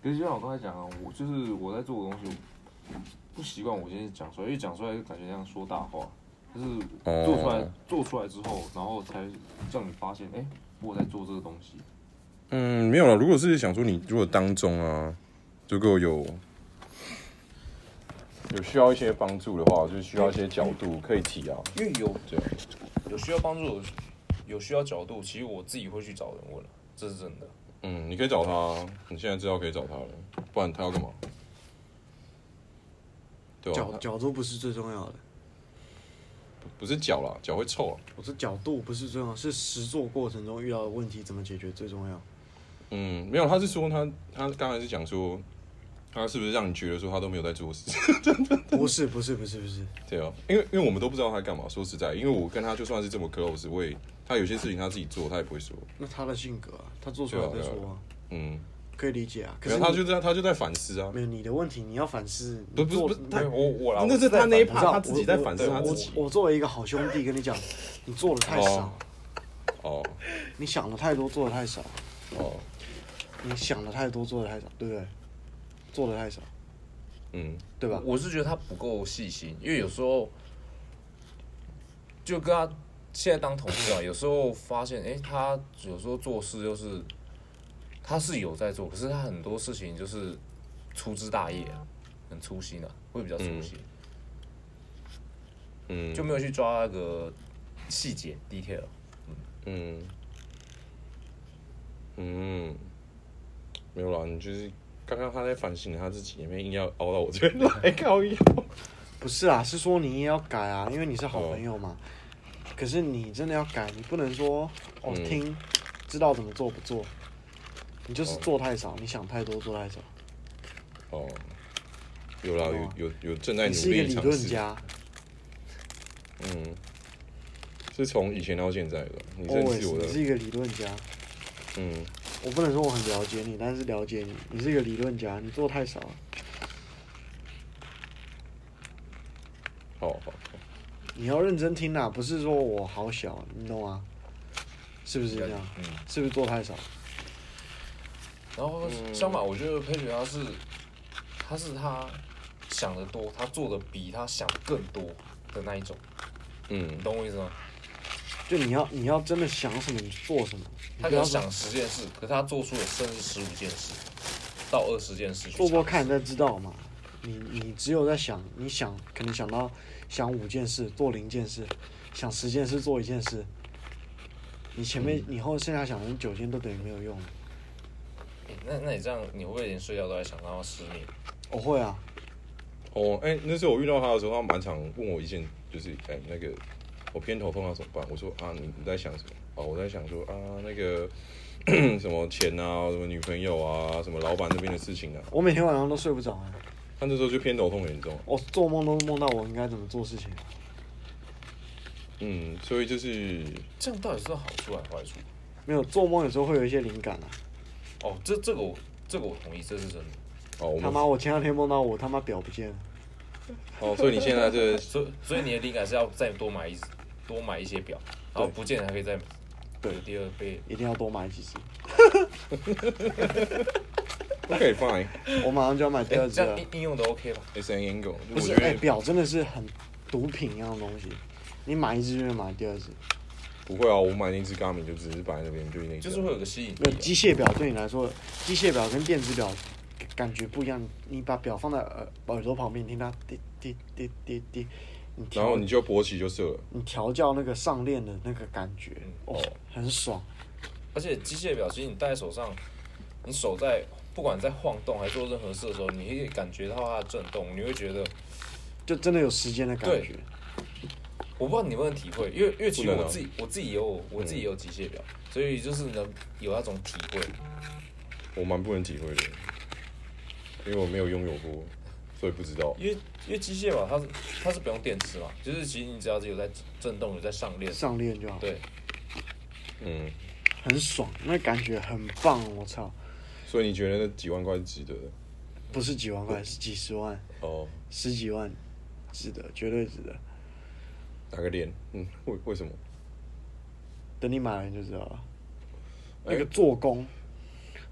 Speaker 4: 可是就像我刚才讲啊，我就是我在做的东西，我不习惯我今天讲出来，因为讲出来就感觉像说大话，就是
Speaker 1: 哦
Speaker 4: 做出来、做出来之后，然后才让你发现，哎、我有在做这个东西。
Speaker 1: 嗯，没有了。如果是想说你如果当中啊，如果有有需要一些帮助的话，就是需要一些角度可以提啊。
Speaker 3: 因为有
Speaker 1: 对，
Speaker 3: 有需要帮助、有有需要角度，其实我自己会去找人问了，这是真的。
Speaker 1: 嗯，你可以找他啊，你现在知道可以找他了，不然他要干嘛？对啊吧、
Speaker 2: 角
Speaker 1: 他
Speaker 2: 角度不是最重要的，
Speaker 1: 不是脚啦，脚会臭啊。
Speaker 2: 我说角度不是最重要，是实做过程中遇到的问题怎么解决最重要。
Speaker 1: 嗯，没有，他是说他他刚才是讲说，他是不是让你觉得说他都没有在做事？
Speaker 2: (laughs) 不是不是不是不是，
Speaker 1: 对啊，因为因为我们都不知道他干嘛。说实在，因为我跟他就算是这么 close，我也他有些事情他自己做，他也不会说。
Speaker 2: 那他的性格啊，他做出来再
Speaker 1: 对啊对
Speaker 2: 说啊，
Speaker 1: 嗯，
Speaker 2: 可以理解啊。可
Speaker 1: 可是
Speaker 2: 是
Speaker 1: 他
Speaker 2: 你
Speaker 1: 就在他就在反思啊。
Speaker 2: 没有你的问题，你要反思。
Speaker 1: 不不是
Speaker 2: 你
Speaker 1: 不
Speaker 2: 做
Speaker 1: 是
Speaker 2: 你
Speaker 1: 他
Speaker 3: 对我我啦，
Speaker 1: 嗯那是
Speaker 3: 我
Speaker 1: 他那一
Speaker 2: 你知道
Speaker 1: 趴，他自己在反思
Speaker 2: 我
Speaker 1: 他自己。
Speaker 2: 我我作为一个好兄弟跟你讲，你做的太少，
Speaker 1: 哦
Speaker 2: 你想的太多，做的太少，
Speaker 1: 哦，
Speaker 2: 你想的太多，做的太少，对不对？做的太少，
Speaker 1: 嗯，
Speaker 2: 对吧？
Speaker 3: 我是觉得他不够细心，因为有时候就跟他现在当同事啊，有时候发现，哎、他有时候做事就是他是有在做，可是他很多事情就是粗枝大叶啊，很粗心啊，会比较粗心，
Speaker 1: 嗯
Speaker 3: 就没有去抓那个细节 detail。
Speaker 1: 嗯嗯，没有啦，你就是刚刚他在反省他自己，也没硬要熬到我这边来 (laughs) 靠腰。
Speaker 2: 不是啊，是说你也要改啊，因为你是好朋友
Speaker 1: 哦
Speaker 2: 嘛。可是你真的要改，你不能说哦、
Speaker 1: 嗯
Speaker 2: 听，知道怎么做不做，你就是做太少，你想太多，做太少。
Speaker 1: 哦，有啦，有有有正在
Speaker 2: 你
Speaker 1: 努
Speaker 2: 是一个
Speaker 1: 力
Speaker 2: 理
Speaker 1: 尝
Speaker 2: 论
Speaker 1: 试。
Speaker 2: 家
Speaker 1: 嗯，是从以前到现在的，你认识
Speaker 2: ，always，
Speaker 1: 我
Speaker 2: 你
Speaker 1: 的，
Speaker 2: 是一个理论家。
Speaker 1: 嗯，
Speaker 2: 我不能说我很了解你，但是了解你，你是一个理论家，你做太少了，
Speaker 1: 好好，
Speaker 2: 你要认真听啦，不是说我好小，你懂吗？是不是这样？
Speaker 3: 嗯，
Speaker 2: 是不是做太少？
Speaker 3: 然后相反，我觉得佩雪他是他是他想的多，他做的比他想更多的那一种，
Speaker 1: 嗯
Speaker 3: 你，懂我意思吗？
Speaker 2: 嗯就你要你要真的想什么，你做什么，你
Speaker 3: 他
Speaker 2: 不
Speaker 3: 可
Speaker 2: 要
Speaker 3: 能
Speaker 2: 说
Speaker 3: 想十件事，可他做出了甚至十五件事到二十件事去
Speaker 2: 做
Speaker 3: 尝试。
Speaker 2: 做看再知道嘛。你你只有在想，你想可能想到想五件事做零件事，想十件事做一件事，你前面、你后剩下想的九件都等于没有用了。
Speaker 3: 欸那那你这样，你会不会连睡觉都在想到失眠？
Speaker 2: 我会啊，
Speaker 1: 哦，哎、那时候我遇到他的时候，他蛮常问我意见，就是哎、那个我偏头痛要怎么办？我说啊，你你在想什么？哦，我在想说啊，那个 (clears throat) 什么钱啊，什么女朋友啊，什么老板那边的事情啊。
Speaker 2: 我每天晚上都睡不着啊，
Speaker 1: 他那时候就偏头痛很严重，啊
Speaker 2: 我做梦都梦到我应该怎么做事情。
Speaker 1: 嗯，所以就是
Speaker 3: 这样到底是好处还是坏处？
Speaker 2: 没有做梦有时候会有一些灵感啊。
Speaker 3: 哦，这这个我这个我同意，这是真的。
Speaker 1: 哦，我
Speaker 2: 他
Speaker 1: 们
Speaker 2: 妈，我前两天梦到我他妈表不见了，
Speaker 1: 哦，所以你现在
Speaker 2: (laughs)
Speaker 1: 这
Speaker 3: 所以所以你的灵感是要再多买一多买一些表，然后不见得还可以再买。
Speaker 2: 对
Speaker 3: 有第二杯，
Speaker 2: 一定要多买几只。
Speaker 1: OK fine
Speaker 2: 我马上就要买第
Speaker 3: 哎、
Speaker 2: 二只
Speaker 3: 这
Speaker 2: 了
Speaker 3: 样。应应用的 OK 吧？
Speaker 1: is an angle，
Speaker 2: 不
Speaker 1: 我
Speaker 2: 是，
Speaker 1: 觉
Speaker 2: 哎、
Speaker 1: 得
Speaker 2: 表真的是很毒品一样的东西，你买一只就是买第二只。
Speaker 1: 不会啊，我买那只 g a m i 就只是摆在那边，就是那只啊
Speaker 3: 就是会有个吸引
Speaker 2: 没有
Speaker 3: 力啊、
Speaker 2: 机械表对你来说，机械表跟电子表感觉不一样。你把表放在耳耳朵旁边，你听它滴滴滴滴滴，你
Speaker 1: 然
Speaker 2: 调
Speaker 1: 后你就勃起就射了。
Speaker 2: 你调教那个上链的那个感觉，
Speaker 3: 嗯
Speaker 2: 哦，很爽。
Speaker 3: 而且机械表其实你戴在手上，你手在不管在晃动还是做任何事的时候，你可以感觉到它的震动，你会觉得
Speaker 2: 就真的有时间的感
Speaker 3: 对
Speaker 2: 觉，
Speaker 3: 我不知道你能不能体会，因为因为其实
Speaker 1: 不能啊
Speaker 3: 我自己我自己也有我自己也有机械表，所以就是能有那种体会。
Speaker 1: 我蛮不能体会的，因为我没有拥有过。所以不知道。
Speaker 3: 因为因为机械嘛，它是它是不用电池嘛，就是其实你只要是有在震动，有在上链，
Speaker 2: 上链就好，
Speaker 3: 对，
Speaker 1: 嗯，
Speaker 2: 很爽，那感觉很棒，我操，
Speaker 1: 所以你觉得那几万块是值得的？
Speaker 2: 不是几万块，是几十万、
Speaker 1: 哦，
Speaker 2: 十几万，值得，绝对值得。
Speaker 1: 打个脸，嗯，为为什么？
Speaker 2: 等你买了你就知道了。
Speaker 1: 哎
Speaker 2: 那个做工，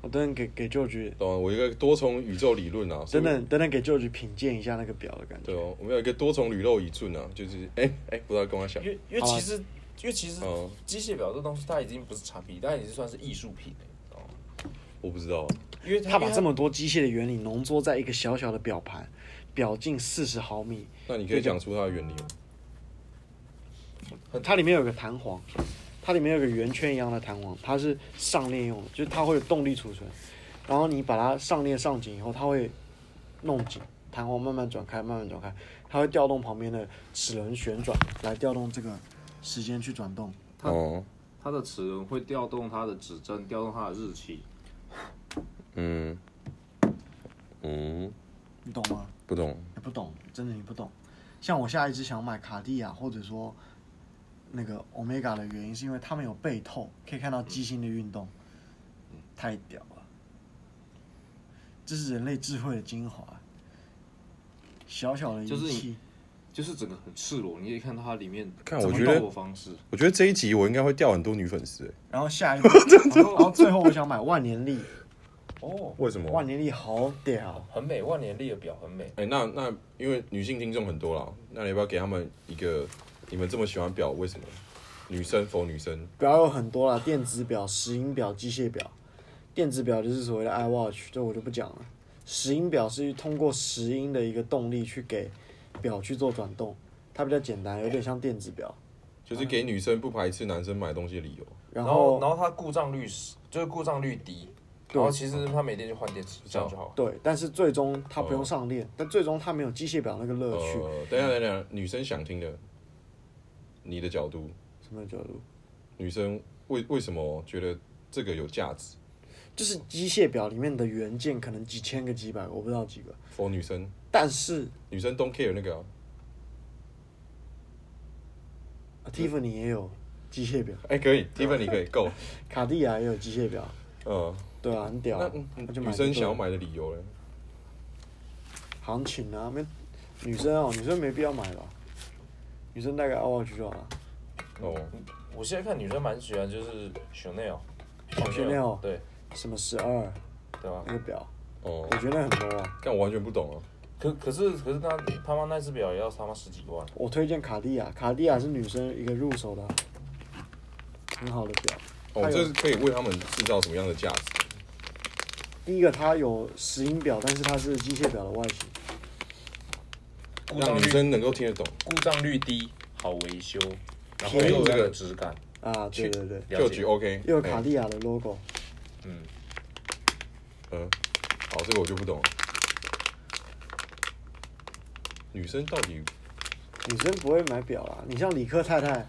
Speaker 2: 我等等给给舅舅，
Speaker 1: 懂啊，我有一个多重宇宙理论啊，所
Speaker 2: 等
Speaker 1: 以
Speaker 2: 等等等给舅舅品鉴一下那个表的感觉
Speaker 1: 对。哦，我们有一个多重宇宙理论啊，就是 (laughs) 哎哎，不知道跟我想
Speaker 3: 因，为因为
Speaker 2: 好啊
Speaker 3: 其实因为其实
Speaker 1: 哦
Speaker 3: 机械表这东西它已经不是产品，它已经算是艺术品了，你知道吗？
Speaker 1: 我不知道啊，
Speaker 3: 因为
Speaker 2: 他把
Speaker 3: 因为
Speaker 2: 这么多机械的原理浓缩在一个小小的表盘，表径四十毫米，
Speaker 1: 那你可以讲出它的原理吗？
Speaker 2: 它里面有个弹簧，它里面有个圆圈一样的弹簧，它是上链用的，就是它会有动力储存，然后你把它上链上紧以后，它会弄紧，弹簧慢慢转开，慢慢转开，它会调动旁边的齿轮旋转来调动这个时间去转动。
Speaker 4: 它
Speaker 1: 哦，
Speaker 4: 它的齿轮会调动它的指针，调动它的日期。
Speaker 1: 嗯，嗯，
Speaker 2: 你懂吗？
Speaker 1: 不懂，
Speaker 2: 你不懂，真的你不懂。像我下一只想买卡地亚，或者说那个 Omega 的原因，是因为他们有背透，可以看到机芯的运动，太屌了！这是人类智慧的精华，小小的仪器，
Speaker 4: 就是你就是整个很赤裸，你可以看到它里面
Speaker 1: 看
Speaker 4: 怎
Speaker 1: 我
Speaker 4: 么
Speaker 1: 觉得
Speaker 4: 动作方式。
Speaker 1: 我觉得这一集我应该会掉很多女粉丝，哎
Speaker 2: 然后下一个，然后然后最后我想买万年历，
Speaker 3: 哦，
Speaker 1: 为什么？
Speaker 2: 万年历好屌，
Speaker 3: 很美，万年历的表很美。
Speaker 1: 哎、那那因为女性听众很多啦，那你要不要给他们一个你们这么喜欢表为什么？女生否女生？
Speaker 2: 表有很多啦，电子表、石英表、机械表。电子表就是所谓的 iWatch，这我就不讲了。石英表是通过石英的一个动力去给表去做转动，它比较简单，有点像电子表。
Speaker 1: 就是给女生不排斥男生买东西的理由，
Speaker 2: 然
Speaker 3: 后
Speaker 2: 后，
Speaker 3: 然后它故障率是就是故障率低，
Speaker 2: 对
Speaker 3: 然后其
Speaker 4: 嗯
Speaker 3: 实它每天就换电池，这样就好。
Speaker 2: 对，但是最终它不用上链，但最终它没有机械表那个乐趣。
Speaker 1: 呃，等一下等一下，女生想听的，你的角度，
Speaker 2: 什么角度？
Speaker 1: 女生为为什么觉得这个有价值？
Speaker 2: 就是机械表里面的元件可能几千个、几百个，我不知道几个，
Speaker 1: 否女生，
Speaker 2: 但是、
Speaker 1: 女生 don't care 那个、啊，
Speaker 2: 啊、Tiffany 也有机械表，
Speaker 1: 哎、可以，Tiffany
Speaker 2: 啊
Speaker 1: 可以够，
Speaker 2: 卡地亚也有机械表， (laughs)
Speaker 1: 呃，
Speaker 2: 对啊，很屌
Speaker 1: 那
Speaker 2: 啊。
Speaker 1: 嗯
Speaker 2: 那就买
Speaker 1: 女
Speaker 2: 就对
Speaker 1: 生
Speaker 2: 了
Speaker 1: 想要买的理由呢？
Speaker 2: 行情啊，没女生哦，女生没必要买吧，女生带个 Watch 就好了。
Speaker 1: 哦，
Speaker 2: 嗯
Speaker 3: 我现在看女生蛮喜欢就是 Chanel，
Speaker 2: Chanel
Speaker 3: 对
Speaker 2: 什么十二
Speaker 3: 对吧
Speaker 2: 那？个表，
Speaker 1: 哦
Speaker 2: 我，觉得很 low 啊。
Speaker 1: 但我完全不懂啊，
Speaker 3: 可可是可是他他妈那只表也要他妈十几万，
Speaker 2: 我推荐卡地亚，卡地亚是女生一个入手的很好的表。
Speaker 1: 哦，
Speaker 2: 还有
Speaker 1: 这是可以为他们制造什么样的价值？
Speaker 2: 第一个它有石英表，但是它是机械表的外形，
Speaker 3: 故
Speaker 1: 让
Speaker 3: 障
Speaker 1: 女
Speaker 3: 率
Speaker 1: 生能够听得懂，
Speaker 3: 故障率低，好维修，然后
Speaker 2: 便宜
Speaker 3: 又有那个质感，
Speaker 2: 啊，对对对，
Speaker 3: 了
Speaker 1: 就
Speaker 3: 解
Speaker 1: 局 OK，
Speaker 2: 又有
Speaker 1: 哎
Speaker 2: 卡地亚的 logo，
Speaker 3: 嗯，
Speaker 1: 嗯，好，这个我就不懂了。女生到底，
Speaker 2: 女生不会买表啦。你像理科太太，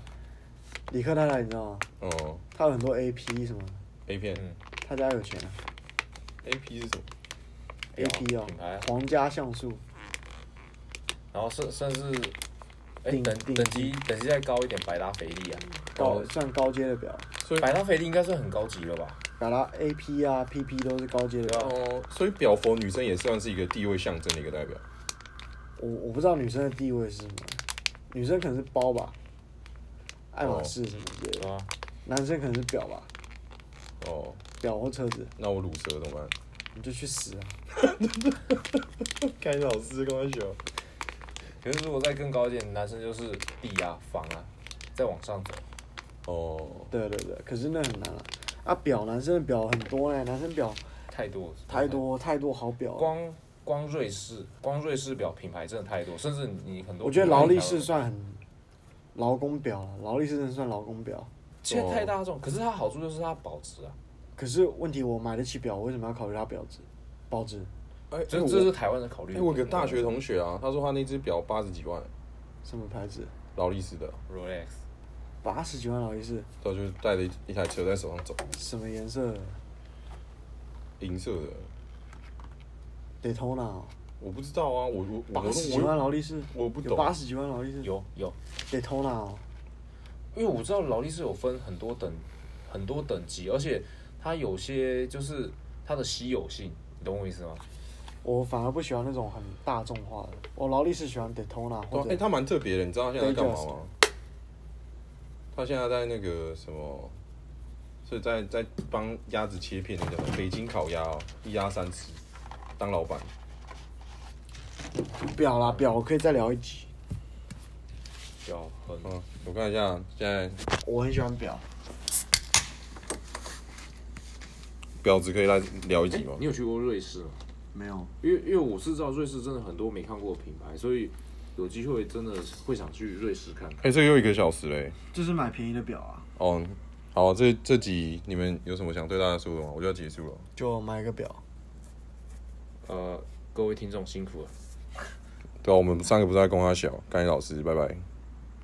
Speaker 2: 理科太太你知道吗？
Speaker 1: 哦、
Speaker 2: 她有很多 AP 什么的，
Speaker 1: a 片、
Speaker 3: 嗯
Speaker 2: 她家有钱啊
Speaker 1: a P 是什么？
Speaker 3: 表
Speaker 2: ，AP
Speaker 3: 品牌啊
Speaker 2: 哦，皇家橡树。
Speaker 3: 然后甚甚至，哎
Speaker 2: 顶
Speaker 3: 等
Speaker 2: 顶
Speaker 3: 等级等级再高一点，百达翡丽啊，
Speaker 2: 高算高阶的表，
Speaker 1: 所以
Speaker 3: 百达翡丽应该算很高级了吧？
Speaker 2: 表达 AP 啊、PP 都是高阶的
Speaker 3: 对
Speaker 2: 表。
Speaker 3: 啊
Speaker 1: 哦，所以表佛女生也算是一个地位象征的一个代表。
Speaker 2: 我我不知道女生的地位是什么，女生可能是包吧，爱马仕什么之类
Speaker 3: 对
Speaker 2: 的，
Speaker 3: 吧？
Speaker 2: 男生可能是表吧，
Speaker 1: 哦，
Speaker 2: 表或车子，
Speaker 1: 那我乳蛇怎么
Speaker 2: (laughs)
Speaker 1: 办？
Speaker 2: 你就去死啊！
Speaker 1: 看老师跟我
Speaker 2: 哦
Speaker 1: 学。
Speaker 3: 可是如果再更高一点，男生就是地啊、房啊，再往上走，
Speaker 1: 哦，
Speaker 2: 对对对，可是那很难啊。啊，表男生的表很多哎、男生表
Speaker 3: 太多
Speaker 2: 太，多太多好表了，
Speaker 3: 光光瑞士光瑞士表品牌真的太多，甚至你很多
Speaker 2: 我觉得劳力
Speaker 3: 品
Speaker 2: 士
Speaker 3: 牌
Speaker 2: 算很劳工表了，劳力士真的算劳工表。
Speaker 3: 现在
Speaker 1: 哦
Speaker 3: 太大众，可是它好处就是它保值啊，
Speaker 2: 可是问题我买得起表，我为什么要考虑它表质？保值
Speaker 1: 哎、
Speaker 3: 这
Speaker 1: 哎
Speaker 3: 这是
Speaker 1: 我
Speaker 3: 台湾的考虑
Speaker 1: 哎、
Speaker 3: 的
Speaker 1: 我
Speaker 3: 问
Speaker 1: 有
Speaker 3: 题。
Speaker 1: 个大学同学啊，他说他那只表八十几万，
Speaker 2: 什么牌子？
Speaker 1: 劳力士的，
Speaker 3: Rolex
Speaker 2: 八十几万劳力士，
Speaker 1: 他就是带着一一台车在手上走，
Speaker 2: 什么颜色的
Speaker 1: 银色的，
Speaker 2: ？Daytona 哦
Speaker 1: 我不知道啊，我我我
Speaker 2: 八十几
Speaker 1: 我
Speaker 2: 万
Speaker 1: 我
Speaker 2: 劳力士，
Speaker 1: 我不
Speaker 2: 有
Speaker 1: 懂，
Speaker 2: 八十几万劳力士，
Speaker 3: 有有，
Speaker 2: 得偷拿哦。
Speaker 3: 因为我知道劳力士有分很多等很多等级，而且它有些就是它的稀有性，你懂我意思吗？
Speaker 2: 我反而不喜欢那种很大众化的，我劳力士喜欢 Daytona
Speaker 1: 对
Speaker 2: 或
Speaker 1: 啊，哎，
Speaker 2: 者
Speaker 1: 他蛮特别的，你知道他现在在干嘛
Speaker 2: Dangerous
Speaker 1: 吗？他现在在那个什么，是在在帮鸭子切片，那个北京烤鸭哦，一鸭三吃，当老板。
Speaker 2: 表啦表，我可以再聊一集。
Speaker 3: 要很
Speaker 1: 嗯，我看一下，现在
Speaker 2: 我很喜欢表，
Speaker 1: 婊子可以来聊一集吗
Speaker 3: 你？有去过瑞士吗？
Speaker 2: 没有
Speaker 3: 因为因为我是知道瑞士真的很多没看过的品牌，所以有机会真的会想去瑞士看看。
Speaker 1: 哎，这个又一个小时嘞。
Speaker 2: 就是买便宜的表啊，
Speaker 1: 哦，好，这这集你们有什么想对大家说的吗？我就要结束了。
Speaker 2: 就买个表。
Speaker 3: 呃，各位听众辛苦了。
Speaker 1: 对啊，我们上个不是在公他小，甘霖老师，拜拜。